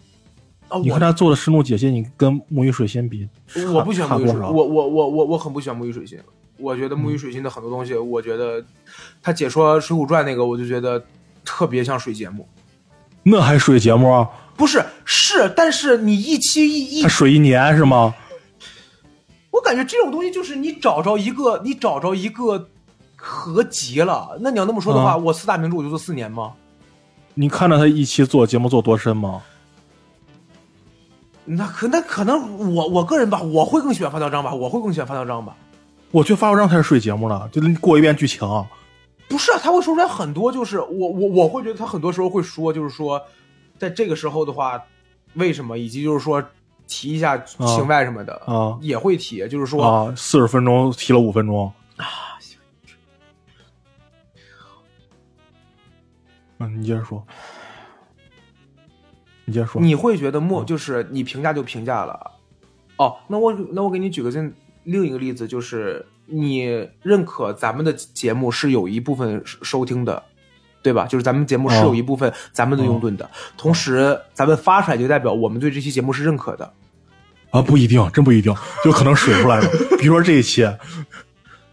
Speaker 2: 啊，
Speaker 1: 你看
Speaker 2: 我
Speaker 1: 他做的深度解析，你跟沐浴水仙比，
Speaker 2: 我不喜欢
Speaker 1: 差
Speaker 2: 沐
Speaker 1: 差
Speaker 2: 浴
Speaker 1: 多
Speaker 2: 水，
Speaker 1: 少？嗯
Speaker 2: 我我我我我很不喜欢沐浴水星。我觉得沐浴水星的很多东西，我觉得他解说《水浒传》那个，我就觉得特别像水节目。
Speaker 1: 那还水节目啊？
Speaker 2: 不是是，但是你一期一一
Speaker 1: 还水一年是吗？
Speaker 2: 我感觉这种东西就是你找着一个，你找着一个合集了。那你要那么说的话，
Speaker 1: 嗯
Speaker 2: 我四大名著我就做四年吗？
Speaker 1: 你看着他一期做节目做多深吗？
Speaker 2: 那可那可能我我个人吧，我会更喜欢发条章吧，我会更喜欢发条章吧。
Speaker 1: 我觉得发布章才是水节目呢，就过一遍剧情。
Speaker 2: 不是啊，他会说出来很多，就是我我我会觉得他很多时候会说，就是说，在这个时候的话，为什么，以及就是说提一下情外什么的，
Speaker 1: 啊
Speaker 2: 也会提，就是说，
Speaker 1: 啊，四十分钟提了五分钟啊。嗯，你接着说，你接着说。
Speaker 2: 你会觉得
Speaker 1: 嗯
Speaker 2: 莫就是你评价就评价了。哦，那我那我给你举个另另一个例子，就是你认可咱们的节目是有一部分收收听的，对吧？就是咱们节目是
Speaker 1: 哦
Speaker 2: 有一部分咱们的拥趸的，同时咱们发出来就代表我们对这期节目是认可的。
Speaker 1: 啊，不一定，真不一定，有可能水出来了。比如说这一期，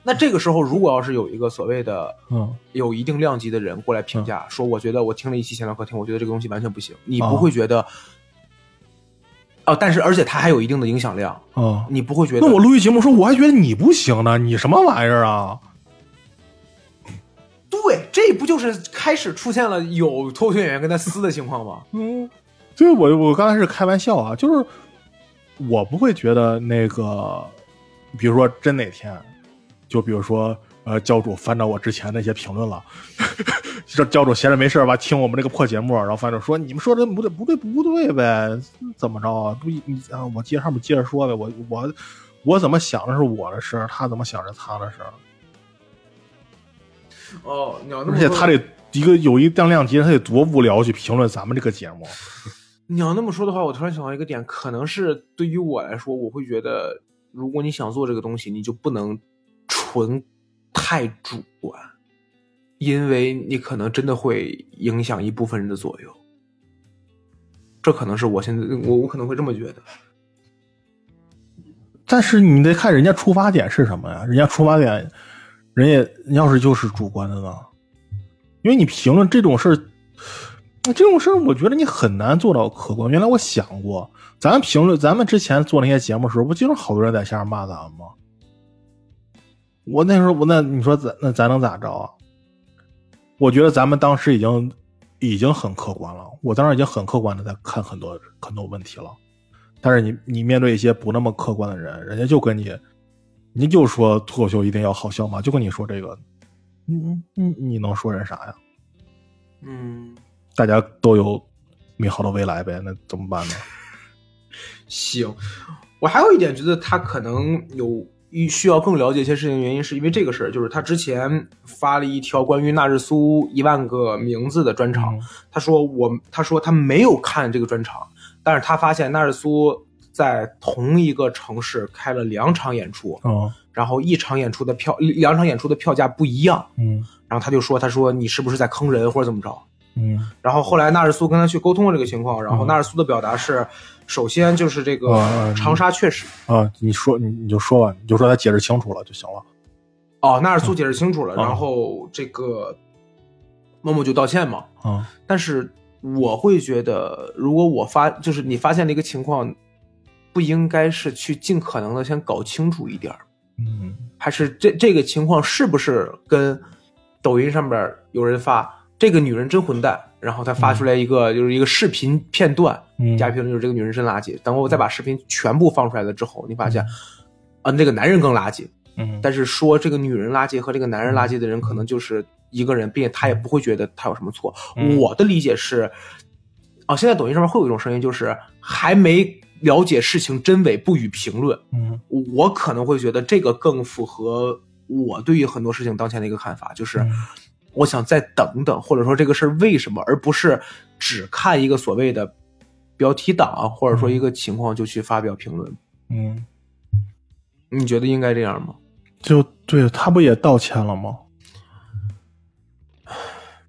Speaker 2: 那这个时候，如果要是有一个所谓的
Speaker 1: 嗯，
Speaker 2: 有一定量级的人过来评价，
Speaker 1: 哦
Speaker 2: 说我觉得我听了一期闲聊客厅，我觉得这个东西完全不行，你
Speaker 1: 啊
Speaker 2: 不会觉得哦，但是而且他还有一定的影响量，
Speaker 1: 啊、
Speaker 2: 你不会觉得
Speaker 1: 那我录一节目说我还觉得你不行呢，你什么玩意儿啊？
Speaker 2: 对，这不就是开始出现了有脱口秀演员跟他撕的情况吗？
Speaker 1: 嗯，对我我刚才是开玩笑啊，就是我不会觉得那个，比如说真哪天，就比如说呃，教主翻到我之前那些评论了， 这教主闲着没事儿吧，听我们这个破节目，然后反正说你们说的不对不对不对呗，怎么着啊？不一你啊，我接上面接着说呗，我我我怎么想的是我的事儿，他怎么想是他的事儿，
Speaker 2: 哦，你要那
Speaker 1: 而
Speaker 2: 么
Speaker 1: 且
Speaker 2: 说
Speaker 1: 他得一个有一量量级，他得多无聊去评论咱们这个节目。
Speaker 2: 你要那么说的话，我突然想到一个点，可能是对于我来说，我会觉得，如果你想做这个东西，你就不能纯太主观，因为你可能真的会影响一部分人的左右。这可能是我现在我我可能会这么觉得。
Speaker 1: 但是你得看人家出发点是什么呀？人家出发点，人家要是就是主观的呢？因为你评论这种事儿，这种事儿我觉得你很难做到客观。原来我想过，咱们评论，咱们之前做那些节目的时候，不经常好多人在下面骂咱们吗？我那时候，我那你说咱那咱能咋着啊？我觉得咱们当时已经已经很客观了，我当时已经很客观的在看很多很多问题了。但是你你面对一些不那么客观的人，人家就跟你，人家就说脱口秀一定要好笑嘛，就跟你说这个，你你你你能说人啥呀？
Speaker 2: 嗯，
Speaker 1: 大家都有美好的未来呗，那怎么办呢？
Speaker 2: 行，我还有一点觉得他可能有一需要更了解一些事情，原因是因为这个事儿，就是他之前发了一条关于纳日苏一万个名字的专场，他说我他说他没有看这个专场，但是他发现纳日苏在同一个城市开了两场演出，
Speaker 1: 哦，
Speaker 2: 然后一场演出的票两场演出的票价不一样，
Speaker 1: 嗯
Speaker 2: 然后他就说他说你是不是在坑人或者怎么着？
Speaker 1: 嗯，
Speaker 2: 然后后来纳日苏跟他去沟通了这个情况，然后
Speaker 1: 嗯
Speaker 2: 纳日苏的表达是，首先就是这
Speaker 1: 啊
Speaker 2: 个长沙确实
Speaker 1: 啊，你说你你就说吧，你就说他解释清楚了就行了。
Speaker 2: 哦，纳尔苏解释清楚了，
Speaker 1: 啊
Speaker 2: 然后这个默默就道歉嘛。
Speaker 1: 啊，
Speaker 2: 但是我会觉得，如果我发就是你发现了一个情况，不应该是去尽可能的先搞清楚一点儿，
Speaker 1: 嗯
Speaker 2: 还是这这个情况是不是跟抖音上面有人发这个女人真混蛋，然后他发出来一个、就是一个视频片段，
Speaker 1: 嗯
Speaker 2: 加评论就是这个女人真垃圾。等我再把视频全部放出来了之后，你发现。啊，这个男人更垃圾，
Speaker 1: 嗯，
Speaker 2: 但是说这个女人垃圾和这个男人垃圾的人，可能就是一个人，并且他也不会觉得他有什么错。
Speaker 1: 嗯
Speaker 2: 我的理解是，啊，现在抖音上面会有一种声音，就是还没了解事情真伪不予评论。
Speaker 1: 嗯
Speaker 2: 我可能会觉得这个更符合我对于很多事情当前的一个看法，就是
Speaker 1: 嗯
Speaker 2: 我想再等等，或者说这个事儿为什么，而不是只看一个所谓的标题党啊或者说一个情况就去发表评论。
Speaker 1: 嗯，
Speaker 2: 你觉得应该这样吗？
Speaker 1: 就对他不也道歉了吗？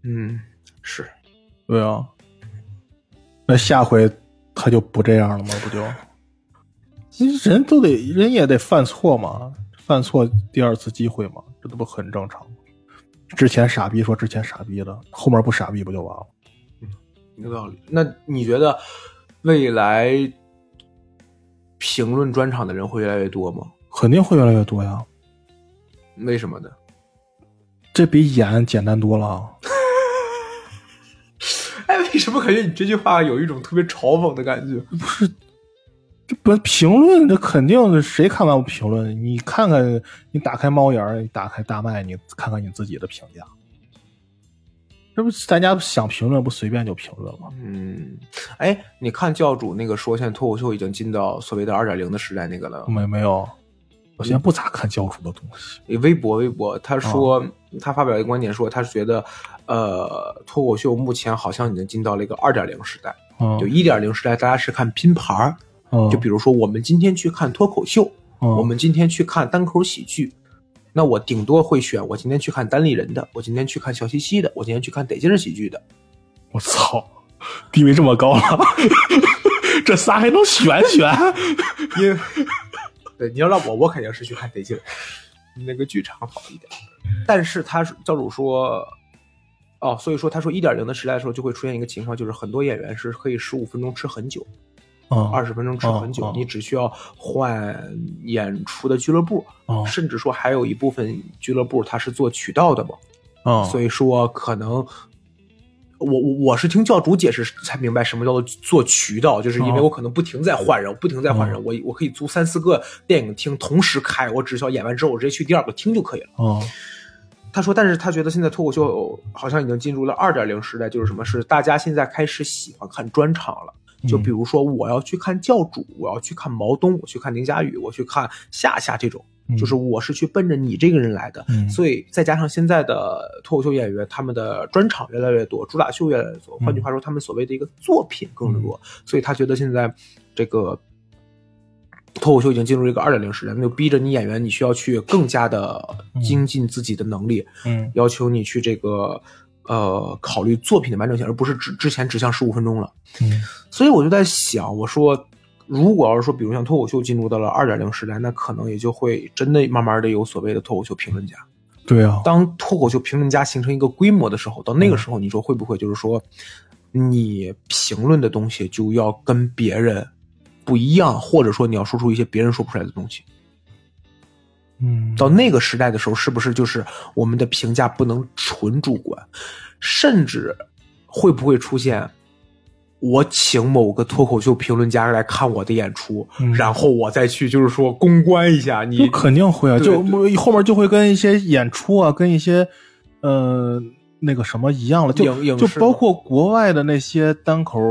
Speaker 2: 嗯，是。
Speaker 1: 对啊，那下回他就不这样了吗？不就？其实人都得，人也得犯错嘛，犯错第二次机会嘛，这都不很正常吗？之前傻逼说之前傻逼的，后面不傻逼不就完了？
Speaker 2: 有道理。那你觉得未来评论专场的人会越来越多吗？
Speaker 1: 肯定会越来越多呀，
Speaker 2: 为什么呢？
Speaker 1: 这比演简单多了。
Speaker 2: 哎，为什么感觉你这句话有一种特别嘲讽的感觉？
Speaker 1: 这不评论，这肯定谁看完我评论？你看看，你打开猫眼儿，你打开大麦，你看看你自己的评价。这不大家想评论不随便就评论了？
Speaker 2: 嗯，哎，你看教主那个说，现在脱口秀已经进到所谓的二点零的时代那个了。
Speaker 1: 没没有，我现在不咋看教主的东西。
Speaker 2: 微博，微博，他说、他发表一个观点说，他觉得，呃，脱口秀目前好像已经进到了一个二点零时代。
Speaker 1: 嗯，
Speaker 2: 就一点零时代，大家是看拼盘儿，
Speaker 1: 嗯
Speaker 2: 就比如说我们今天去看脱口秀，
Speaker 1: 嗯
Speaker 2: 我们今天去看单口喜剧，那我顶多会选我今天去看单立人的，我今天去看笑嘻嘻的，我今天去看得劲儿喜剧的。
Speaker 1: 我操，地位这么高了， 这仨还能选 选？
Speaker 2: 因为对你要让我，我肯定是去看得劲儿，那个剧场好一点。但是他是教主说，哦，所以说他说一点零的时代的时候，就会出现一个情况，就是很多演员是可以十五分钟吃很久，
Speaker 1: 啊
Speaker 2: 二十分钟吃很久，
Speaker 1: 哦哦
Speaker 2: 你只需要换演出的俱乐部，
Speaker 1: 啊
Speaker 2: 甚至说还有一部分俱乐部它是做渠道的嘛，
Speaker 1: 啊，
Speaker 2: 所
Speaker 1: 以
Speaker 2: 以说可能。我我我是听教主解释才明白什么叫做做渠道，就是因为
Speaker 1: 哦
Speaker 2: 我可能不停在换人，不停在
Speaker 1: 啊
Speaker 2: 换人，我我可以租三四个电影厅同时开，我只需要演完之后我直接去第二个厅就可以了。
Speaker 1: 啊
Speaker 2: 他说，但是他觉得现在脱口秀好像已经进入了二点零时代，就是什么是大家现在开始喜欢看专场了。就
Speaker 1: 嗯
Speaker 2: 比如说，我要去看教主，我要去看毛东，我去看林佳宇，我去看夏夏这种，
Speaker 1: 嗯
Speaker 2: 就是我是去奔着你这个人来的。
Speaker 1: 嗯
Speaker 2: 所以再加上现在的脱口秀演员，他们的专场越来越多，主打秀越来越多。
Speaker 1: 嗯
Speaker 2: 换句话说，他们所谓的一个作品更多，所以他觉得现在这个脱口秀已经进入一个二点零时代，那就逼着你演员，你需要去更加的精进自己的能力，
Speaker 1: 嗯
Speaker 2: 要求你去这个呃考虑作品的完整性，而不是只之前只像十五分钟了。
Speaker 1: 嗯
Speaker 2: 所以我就在想，我说，如果要是说，比如像脱口秀进入到了二点零时代，那可能也就会真的慢慢的有所谓的脱口秀评论家。
Speaker 1: 对啊，
Speaker 2: 当脱口秀评论家形成一个规模的时候，到
Speaker 1: 嗯
Speaker 2: 那个时候，你说会不会就是说，你评论的东西就要跟别人不一样，或者说你要说出一些别人说不出来的东西？
Speaker 1: 嗯
Speaker 2: 到那个时代的时候，是不是就是我们的评价不能纯主观，甚至会不会出现我请某个脱口秀评论家来看我的演出，
Speaker 1: 嗯
Speaker 2: 然后我再去就是说公关一下你
Speaker 1: 就肯定会啊，
Speaker 2: 对
Speaker 1: 就后面就会跟一些演出啊，跟一些呃那个什么一样了，就
Speaker 2: 影影
Speaker 1: 就
Speaker 2: 视吗
Speaker 1: 包括国外的那些单口，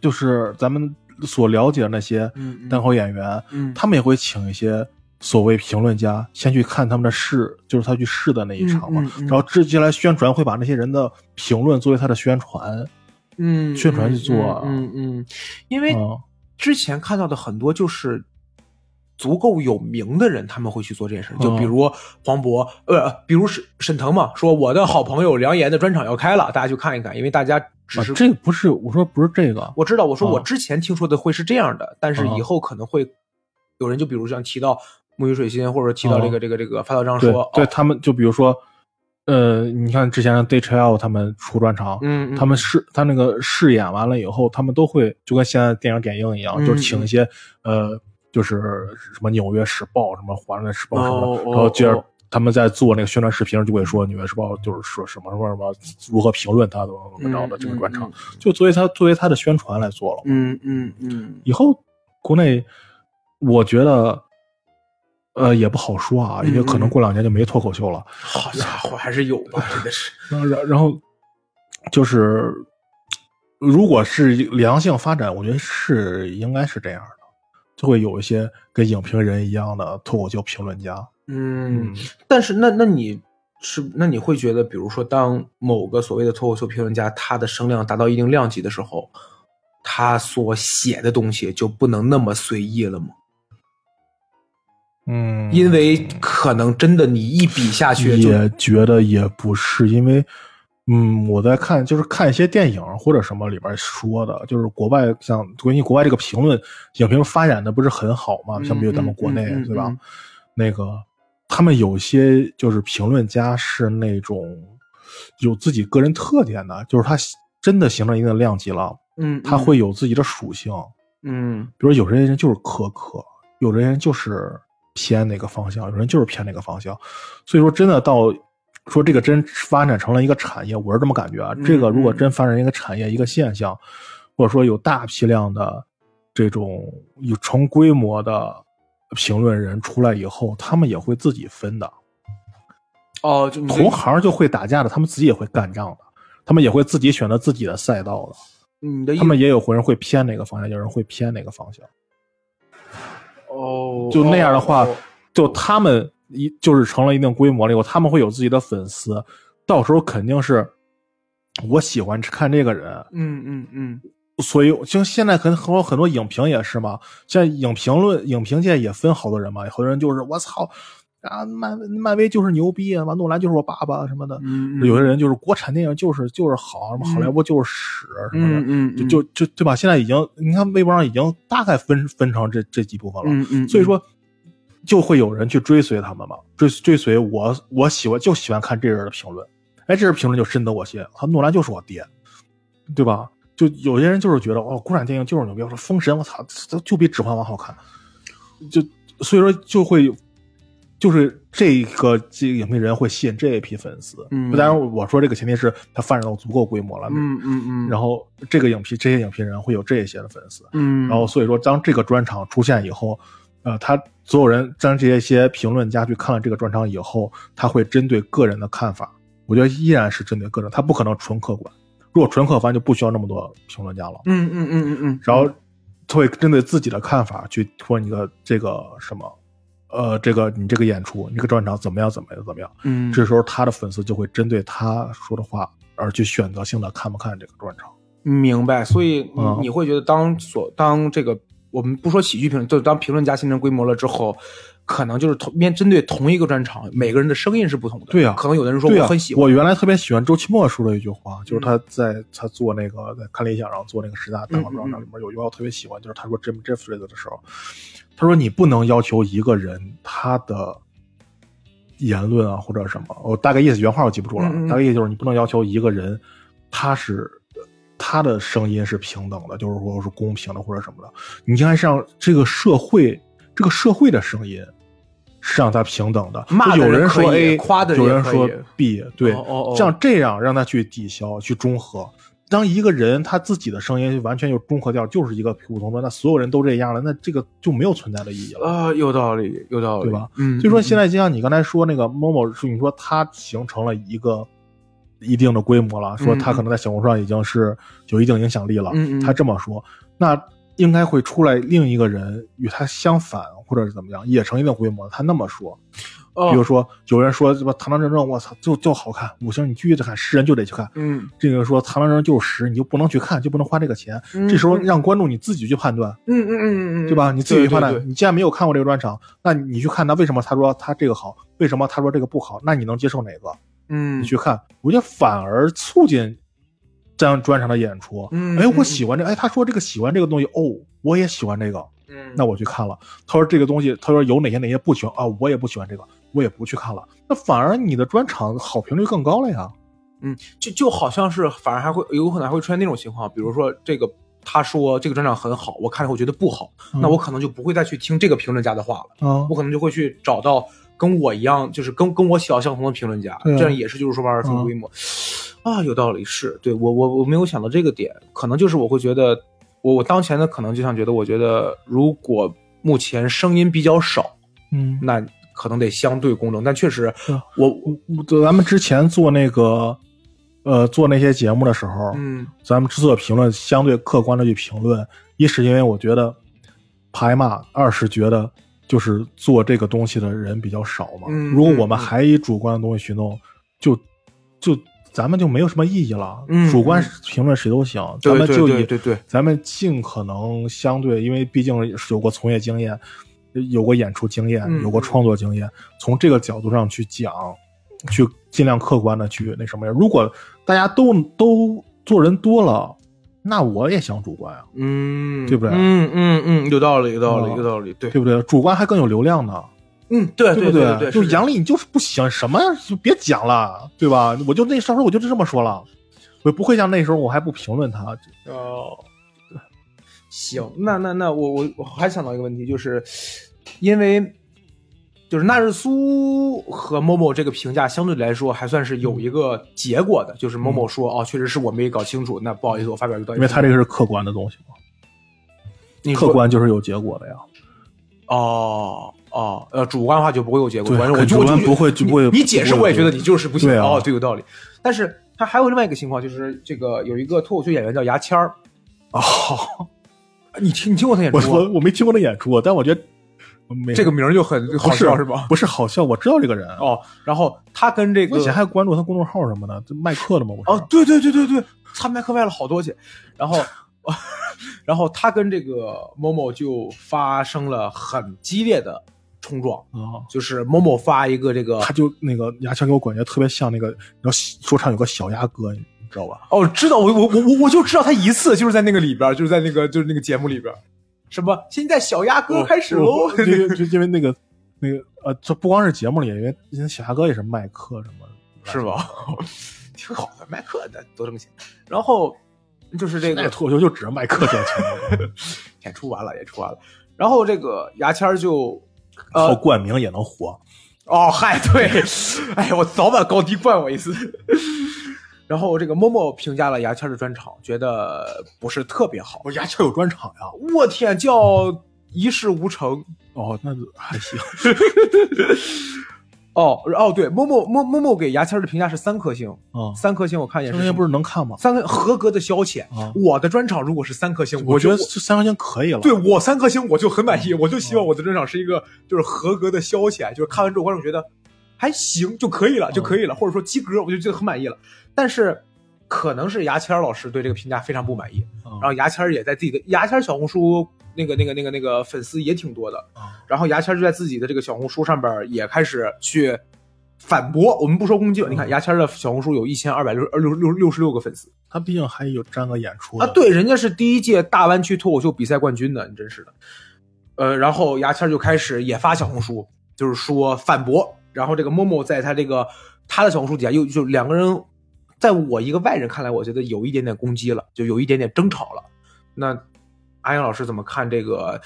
Speaker 1: 就是咱们所了解的那些
Speaker 2: 嗯嗯
Speaker 1: 单口演员，
Speaker 2: 嗯
Speaker 1: 他们也会请一些所谓评论家先去看他们的试，就是他去试的那一场嘛，
Speaker 2: 嗯嗯嗯
Speaker 1: 然后接下来宣传会把那些人的评论作为他的宣传，
Speaker 2: 嗯
Speaker 1: 宣传去做啊
Speaker 2: 嗯嗯嗯嗯因为
Speaker 1: 嗯
Speaker 2: 之前看到的很多就是足够有名的人，他们会去做这件事。
Speaker 1: 嗯
Speaker 2: 就比如黄渤，呃，比如沈沈腾嘛，说我的好朋友梁岩的专场要开了，大家去看一看，因为大家只
Speaker 1: 啊
Speaker 2: 是、
Speaker 1: 这个不是我说不是这个，
Speaker 2: 我知道，我说
Speaker 1: 啊
Speaker 2: 我之前听说的会是这样的，但是
Speaker 1: 啊
Speaker 2: 以后可能会有人就比如像提到木鱼水心，或者提到这个、
Speaker 1: 啊
Speaker 2: 这个这个发道章
Speaker 1: 对
Speaker 2: 说，
Speaker 1: 对
Speaker 2: 哦
Speaker 1: 他们就比如说，呃，你看之前的 Day Child 他们出专场，
Speaker 2: 嗯，嗯
Speaker 1: 他们试他那个试演完了以后，他们都会就跟现在电影点映一样，
Speaker 2: 嗯
Speaker 1: 就是请一些呃，就是什么纽约时报、什么华盛顿时报什么，
Speaker 2: 哦哦
Speaker 1: 然后接着
Speaker 2: 哦
Speaker 1: 他们在做那个宣传视频，就会说纽约时报就是说什么什么什么如何评论他怎么怎么着的这个专场，，就作为他作为他的宣传来做了。
Speaker 2: 嗯嗯嗯
Speaker 1: 以后国内，我觉得。呃，也不好说啊，因为可能过两年就没脱口秀了。
Speaker 2: 嗯，好家伙，还是有吧，真的是，
Speaker 1: 然后，然然后就是，如果是良性发展，我觉得是应该是这样的，就会有一些跟影评人一样的脱口秀评论家。
Speaker 2: 嗯，但是那那你是那你会觉得，比如说，当某个所谓的脱口秀评论家，他的声量达到一定量级的时候，他所写的东西就不能那么随意了吗？
Speaker 1: 嗯
Speaker 2: 因为可能真的你一笔下去就，
Speaker 1: 也觉得也不是，因为嗯，我在看就是看一些电影或者什么里边说的，就是国外像关于国外这个评论影评发展的不是很好嘛，
Speaker 2: 嗯
Speaker 1: 相比于咱们国内，
Speaker 2: 嗯嗯嗯
Speaker 1: 对吧？
Speaker 2: 嗯
Speaker 1: 那个他们有些就是评论家是那种有自己个人特点的，就是他真的形成一定的量级了，
Speaker 2: 嗯，
Speaker 1: 他会有自己的属性，
Speaker 2: 嗯，
Speaker 1: 比如有些人就是苛刻，有的人就是偏哪个方向，有人就是偏哪个方向。所以说，真的到说这个真发展成了一个产业，我是这么感觉啊。
Speaker 2: 嗯
Speaker 1: 这个如果真发展成一个产业、一个现象，或者说有大批量的这种有成规模的评论人出来以后，他们也会自己分的，
Speaker 2: 哦，就你
Speaker 1: 同行就会打架的，他们自己也会干仗的。他们也会自己选择自己的赛道的，
Speaker 2: 你的意
Speaker 1: 他们也有人会偏哪个方向，有人会偏哪个方向。
Speaker 2: 哦，
Speaker 1: 就那样的话
Speaker 2: 哦
Speaker 1: 就他们一就是成了一定规模了以后，他们会有自己的粉丝，到时候肯定是我喜欢看这个人，
Speaker 2: 嗯嗯嗯
Speaker 1: 所以就现在很很多很多影评也是嘛，现在影评论影评界也分好多人嘛，有多人就是我操啊，漫漫威就是牛逼啊，完诺兰就是我爸爸什么的，
Speaker 2: 嗯，
Speaker 1: 有
Speaker 2: 的
Speaker 1: 些人就是国产电影就是就是好，什么好莱坞就是屎什么的。
Speaker 2: 嗯嗯，
Speaker 1: 就就就对吧？现在已经，你看微博上已经大概分分成这这几部分了。
Speaker 2: 嗯嗯，
Speaker 1: 所以说就会有人去追随他们嘛，追追随我，我喜欢就啊喜欢看这人的评论，哎，这人评论就深得我心，他诺兰就是我爹，对吧？就有些人就是觉得哦，国产电影就是牛逼，我说《封神》我操，它就比《指环王》好看，就所以说就会就是这个这个影评人会吸引这一批粉丝。
Speaker 2: 嗯
Speaker 1: 当然我说这个前提是它发展到足够规模了，
Speaker 2: 嗯嗯嗯，
Speaker 1: 然后这个影评这些影评人会有这些的粉丝，
Speaker 2: 嗯，
Speaker 1: 然后所以说，当这个专场出现以后，呃，他所有人当这些些评论家去看了这个专场以后，他会针对个人的看法，我觉得依然是针对个人，他不可能纯客观。如果纯客观，就不需要那么多评论家了。
Speaker 2: 嗯嗯嗯嗯嗯，
Speaker 1: 然后他会针对自己的看法去说你的这个什么，呃，这个你这个演出，你这个专场怎么样，怎么样，怎么样。
Speaker 2: 嗯
Speaker 1: 这时候他的粉丝就会针对他说的话而去选择性的看不看这个专场。
Speaker 2: 明白，所以你、
Speaker 1: 嗯
Speaker 2: 你会觉得当所当这个我们不说喜剧评论，就当评论家形成规模了之后，可能就是同面针对同一个专场，每个人的声音是不同的。
Speaker 1: 对呀
Speaker 2: 可能有的人说
Speaker 1: 对啊
Speaker 2: 我很喜欢，
Speaker 1: 我原来特别喜欢周奇墨说的一句话，就是他在、他做那个在看理想，然后做那个十大
Speaker 2: 嗯
Speaker 1: 单口专场里面有一句话我特别喜欢，就是他说 Jim Jeffries 的时候，他说你不能要求一个人他的言论啊或者什么，我大概意思原话我记不住了，
Speaker 2: 嗯嗯嗯
Speaker 1: 大概意思就是你不能要求一个人他是。他的声音是平等的，就是说是公平的或者什么的。你应该是让这个社会，这个社会的声音是让他平等的。
Speaker 2: 骂
Speaker 1: 就
Speaker 2: 的
Speaker 1: 有
Speaker 2: 人可
Speaker 1: 说
Speaker 2: 以
Speaker 1: A，
Speaker 2: 夸的人
Speaker 1: 有
Speaker 2: 也
Speaker 1: 人
Speaker 2: 可
Speaker 1: 说
Speaker 2: 以
Speaker 1: B，对，
Speaker 2: 哦哦哦
Speaker 1: 像这样让他去抵消、去中和。当一个人他自己的声音完全就中和掉，就是一个普通的，那所有人都这样了，那这个就没有存在的意义了。
Speaker 2: 啊、有道理，有道理，
Speaker 1: 对吧？
Speaker 2: 嗯，
Speaker 1: 所以说，现
Speaker 2: 在
Speaker 1: 在就像你刚才说那个某某，你说它形成了一个一定的规模了，说它可能在小红书上已经是有一定影响力了。
Speaker 2: 嗯嗯嗯
Speaker 1: 他这么说，那应该会出来另一个人与他相反，或者是怎么样，也成一定规模。他那么说，
Speaker 2: 哦
Speaker 1: 比如说有人说什么《堂堂正正》，我操，就就好看，五星你必须得看，十人就得去看。
Speaker 2: 嗯
Speaker 1: 这个说《堂堂正正》就是十，你就不能去看，就不能花这个钱。
Speaker 2: 嗯
Speaker 1: 这时候
Speaker 2: 嗯
Speaker 1: 让观众你自己去判断，
Speaker 2: 嗯嗯嗯嗯，
Speaker 1: 对吧？你自己去判断。
Speaker 2: 对对对
Speaker 1: 你既然没有看过这个专场，那你去看他为什么他说他这个好，为什么他说这个不好，那你能接受哪个？
Speaker 2: 嗯，
Speaker 1: 你去看，我觉得反而促进这样专场的演出。
Speaker 2: 嗯
Speaker 1: 哎
Speaker 2: 嗯，
Speaker 1: 我喜欢这，哎，他说这个喜欢这个东西，哦，我也喜欢这个，
Speaker 2: 嗯，
Speaker 1: 那我去看了。他说这个东西，他说有哪些哪些不喜欢啊，我也不喜欢这个，我也不去看了。那反而你的专场好评率更高了呀。
Speaker 2: 嗯，就就好像是，反而还会有可能还会出现那种情况，比如说这个他说这个专场很好，我看了后觉得不好，
Speaker 1: 嗯
Speaker 2: 那我可能就不会再去听这个评论家的话了，
Speaker 1: 啊
Speaker 2: 我，可能就会去找到跟我一样，就是跟跟我喜好相同的评论家，
Speaker 1: 对啊
Speaker 2: 这样也是就是说玩儿分规模、啊，有道理，是对我我我没有想到这个点，可能就是我会觉得我我当前的可能就像觉得，我觉得如果目前声音比较少，
Speaker 1: 嗯，
Speaker 2: 那可能得相对公正，但确实
Speaker 1: 对啊
Speaker 2: 我
Speaker 1: 我咱们之前做那个，呃，做那些节目的时候，
Speaker 2: 嗯
Speaker 1: 咱们之所以评论相对客观的去评论，一是因为我觉得排骂，二是觉得就是做这个东西的人比较少嘛。
Speaker 2: 嗯
Speaker 1: 如果我们还以主观的东西去弄，就就咱们就没有什么意义了。
Speaker 2: 嗯
Speaker 1: 主观
Speaker 2: 嗯
Speaker 1: 评论谁都行，
Speaker 2: 对
Speaker 1: 咱们
Speaker 2: 对
Speaker 1: 就以
Speaker 2: 对对对
Speaker 1: 咱们尽可能相对，因为毕竟有过从业经验，有过演出经验
Speaker 2: 嗯，
Speaker 1: 有过创作经验，从这个角度上去讲，去尽量客观的去那什么呀。如果大家都都做人多了，那我也想主观啊，
Speaker 2: 嗯，
Speaker 1: 对不对啊
Speaker 2: 嗯嗯嗯，有道理，有道理，
Speaker 1: 嗯
Speaker 2: 有道理，对，
Speaker 1: 对不对？主观还更有流量呢，
Speaker 2: 嗯，对
Speaker 1: 不啊
Speaker 2: 对对，
Speaker 1: 就是杨笠你就是不行，什么就别讲了，对吧？我就那时候我就这么说了，我不会像那时候我还不评论他，
Speaker 2: 哦，行，那那那我我我还想到一个问题，就是因为就是纳日苏和某某这个评价相对来说还算是
Speaker 1: 嗯
Speaker 2: 有一个结果的，就是某某说、哦，确实是我没搞清楚，那不好意思，我发表一个道歉，
Speaker 1: 因为他这个是客观的东西嘛，
Speaker 2: 你说
Speaker 1: 客观就是有结果的呀。
Speaker 2: 哦。哦，呃，主观的话就不会有结果，
Speaker 1: 对
Speaker 2: 反正我
Speaker 1: 很
Speaker 2: 就我
Speaker 1: 主观
Speaker 2: 就
Speaker 1: 不会就不会有
Speaker 2: 你你解释
Speaker 1: 不会有
Speaker 2: 我也觉得
Speaker 1: 结
Speaker 2: 你就是不行。
Speaker 1: 对啊
Speaker 2: 哦，对，有道理。但是他还有另外一个情况，就是这个有一个脱口秀演员叫牙签儿，
Speaker 1: 哦。
Speaker 2: 你听你听过他演出
Speaker 1: 我
Speaker 2: 吗？
Speaker 1: 我我没听过他演出，但我觉得没
Speaker 2: 这个名儿就很好
Speaker 1: 不哦是
Speaker 2: 笑是吧？
Speaker 1: 不是好笑，我知道这个人。
Speaker 2: 哦，然后他跟这
Speaker 1: 我
Speaker 2: 个
Speaker 1: 以前还关注他公众号什么的，这卖课的嘛，不是？
Speaker 2: 哦，，对对对对对，他麦克卖了好多去，然后然后他跟这个某某就发生了很激烈的冲撞，
Speaker 1: 啊，
Speaker 2: 就是某某发一个这个
Speaker 1: 他就那个牙签给我感觉特别像那个，然后说唱有个小鸭哥，你知道吧？
Speaker 2: 哦，知道我我我我我就知道他一次，就是在那个里边儿，就是在那个就是那个节目里边儿，什么现在小鸭
Speaker 1: 哦
Speaker 2: 哥开始喽
Speaker 1: 我，我 因为就因为那个那个呃，这不光是节目里，因为因为小鸭哥也是卖课什么的，
Speaker 2: 是吧？挺好的，麦克的多挣钱。然后就是这
Speaker 1: 那
Speaker 2: 个
Speaker 1: 个脱口秀就只能卖课表情了，
Speaker 2: 演哎出完了，演出完了，然后这个牙签儿就，
Speaker 1: 靠
Speaker 2: 呃，
Speaker 1: 冠名也能火。
Speaker 2: 哦，嗨，对，哎，我早晚高低冠我一次。 然后这个默默评价了牙签儿的专场，觉得不是特别好。
Speaker 1: 我牙签有专场呀。
Speaker 2: 我天，叫一事无成
Speaker 1: 哦，那还 行。
Speaker 2: 哦哦，对，默默默默默给牙签儿的评价是三颗星，
Speaker 1: 啊，
Speaker 2: 三颗星我看一眼
Speaker 1: 三颗
Speaker 2: 是什
Speaker 1: 星
Speaker 2: 么
Speaker 1: 不是能看吗？
Speaker 2: 三颗合格的消遣。
Speaker 1: 啊
Speaker 2: 我的专场如果是三颗星，
Speaker 1: 我
Speaker 2: 觉
Speaker 1: 觉
Speaker 2: 得
Speaker 1: 得这三颗星可以了。
Speaker 2: 对我三颗星我就很满意，我就希望我的专场是一个就是合格的消遣，就是看完之后观众觉得还行就可以了，就可以了，或者说及格，我就觉得很满意了。但是可能是牙签儿老师对这个评价非常不满意，
Speaker 1: 啊，
Speaker 2: 然后牙签儿也在自己的牙签儿小红书那个那个那个那个粉丝也挺多的，
Speaker 1: 啊
Speaker 2: 然后牙签儿就在自己的这个小红书上边儿也开始去反驳，我们不说攻击了，你看牙签儿的小红书有一千二百六六六六十六个粉丝。
Speaker 1: 他毕竟还有沾个演出
Speaker 2: 啊，
Speaker 1: 的，
Speaker 2: 对，人家是第一届大湾区脱口秀比赛冠军的，你真是的。呃，然后牙签儿就开始也发小红书，就是说反驳。然后这个默默在他这个他的小红书底下又就两个人，在我一个外人看来，我觉得有一点点攻击了，就有一点点争吵了。那阿英老师怎么看这个？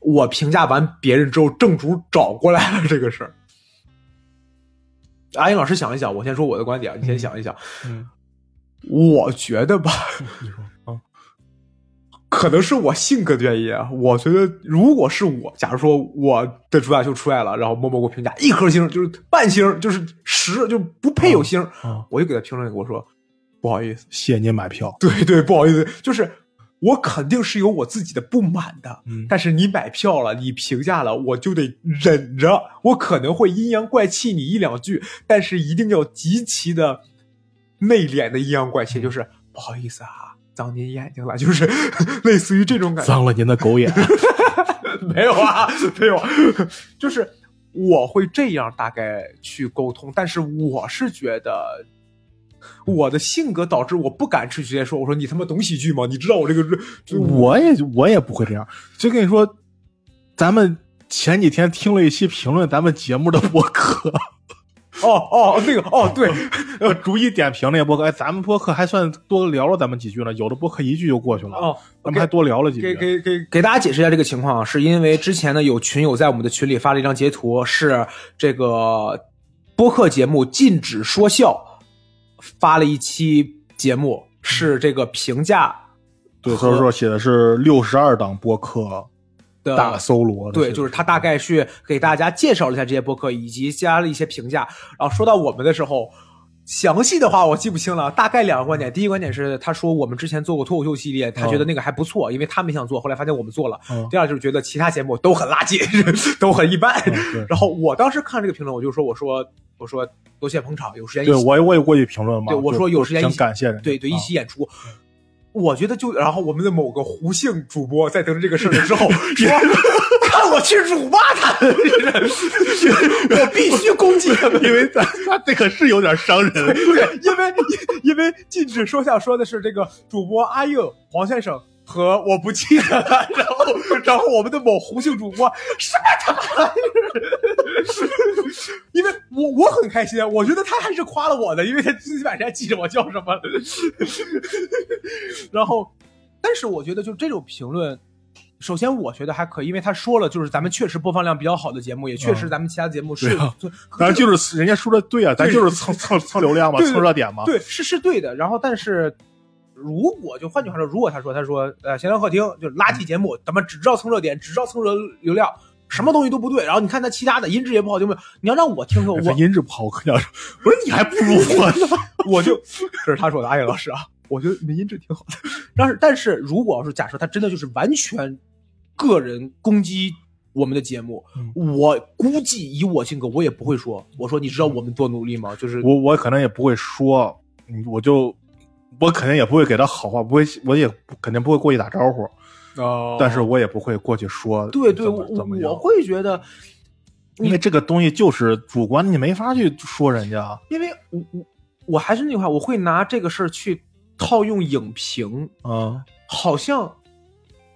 Speaker 2: 我评价完别人之后，正主找过来了这个事儿。阿英老师想一想，我先说我的观点，你先想一想。
Speaker 1: 嗯，
Speaker 2: 我觉得吧，
Speaker 1: 你说啊，
Speaker 2: 可能是我性格的原因啊，我觉得如果是我，假如说我的主打秀出来了，然后默默给我评价一颗星，就是半星，就是十，就不配有星，
Speaker 1: 啊，
Speaker 2: 我就给他评论给我说，不好意思，
Speaker 1: 谢谢您买票。
Speaker 2: 对对，不好意思，就是我肯定是有我自己的不满的，
Speaker 1: 嗯，
Speaker 2: 但是你买票了，你评价了，我就得忍着，我可能会阴阳怪气你一两句，但是一定要极其的内敛的阴阳怪气，就是不好意思啊，脏您眼睛了，就是 类似于这种感觉。
Speaker 1: 脏了您的狗 眼。
Speaker 2: 没有啊，没有啊， 就是我会这样大概去沟通，但是我是觉得。我的性格导致我不敢去直接说，我说你他妈懂喜剧吗？你知道我这个就
Speaker 1: 我也我也不会这样。就跟你说，咱们前几天听了一期评论咱们节目的博客，
Speaker 2: 哦哦那个 哦对，
Speaker 1: 呃，逐一点评那些博客。哎，咱们博客还算多聊了咱们几句呢，有的博客一句就过去了，
Speaker 2: 哦，
Speaker 1: 咱们还多聊了几
Speaker 2: 给
Speaker 1: 句。
Speaker 2: 给给给大家解释一下这个情况啊，是因为之前呢有群友在我们的群里发了一张截图，是这个播客节目禁止说笑发了一期节目，是这个评价
Speaker 1: 对，所以说写的是六十二档播客
Speaker 2: 的
Speaker 1: 大搜罗。
Speaker 2: 呃对，就是他大概去给大家介绍了一下这些播客，以及加了一些评价。然后说到我们的时候，详细的话我记不清了，大概两个观点。第一个观点是他说我们之前做过脱口秀系列，他觉得那个还不错，因为他们想做，后来发现我们做了。
Speaker 1: 嗯
Speaker 2: 第二就是觉得其他节目都很垃圾，都很一般。
Speaker 1: 嗯
Speaker 2: 然后我当时看这个评论，我就说我说我说多谢捧场，有时间
Speaker 1: 对，
Speaker 2: 一起
Speaker 1: 对我也我也过去评论嘛。
Speaker 2: 对我
Speaker 1: 就
Speaker 2: 说有时间一
Speaker 1: 想
Speaker 2: 起
Speaker 1: 感谢人家，
Speaker 2: 对对，一
Speaker 1: 啊
Speaker 2: 起演出。我觉得就，然后我们的某个胡姓主播在得知这个事儿之后说：“看我去辱骂他们，我必须攻击他们，
Speaker 1: 因为咱他这个是有点伤 人。
Speaker 2: 对，因为因为禁止说笑说的是这个主播阿应黄先生和我不记得了，然后然后我们的某胡姓主播什么他妈玩意儿，因为我我很开心，我觉得他还是夸了我的，因为他最起码人家记着我叫什么，然后但是我觉得就这种评论。首先，我觉得还可以，因为他说了，就是咱们确实播放量比较好的节目，也确实咱们其他节目是
Speaker 1: 对啊
Speaker 2: 做
Speaker 1: 咱就是人家说的对啊，咱
Speaker 2: 对
Speaker 1: 就是蹭蹭蹭流量嘛，
Speaker 2: 对对
Speaker 1: 蹭热点嘛。
Speaker 2: 对，是是对的。然后，但是如果就换句话说，如果他说他说呃闲聊客厅就是垃圾节目，咱们只知道蹭热点，只知道蹭热流量，什么东西都不对。然后你看他其他的音质也不好，就没有。你要让我听说，
Speaker 1: 哎，他
Speaker 2: 我
Speaker 1: 音质不好，我跟你讲，我说你还不如我呢。
Speaker 2: 我就 这是他说的，阿野老师啊，我觉得你们音质挺好的。但是但是如果要是假设他真的就是完全个人攻击。我们的节目，
Speaker 1: 嗯
Speaker 2: 我估计以我性格，我也不会说。我说，你知道我们多努力吗？就是
Speaker 1: 我我可能也不会说，嗯我就我肯定也不会给他好话，不会，我也不肯定不会过去打招呼，
Speaker 2: 哦
Speaker 1: 但是我也不会过去说怎么，
Speaker 2: 对对，我
Speaker 1: 我怎么样
Speaker 2: 我会觉得，
Speaker 1: 因为这个东西就是主观，你没法去说人家。
Speaker 2: 因为我我我还是那句话，我会拿这个事儿去套用影评，
Speaker 1: 嗯，
Speaker 2: 好像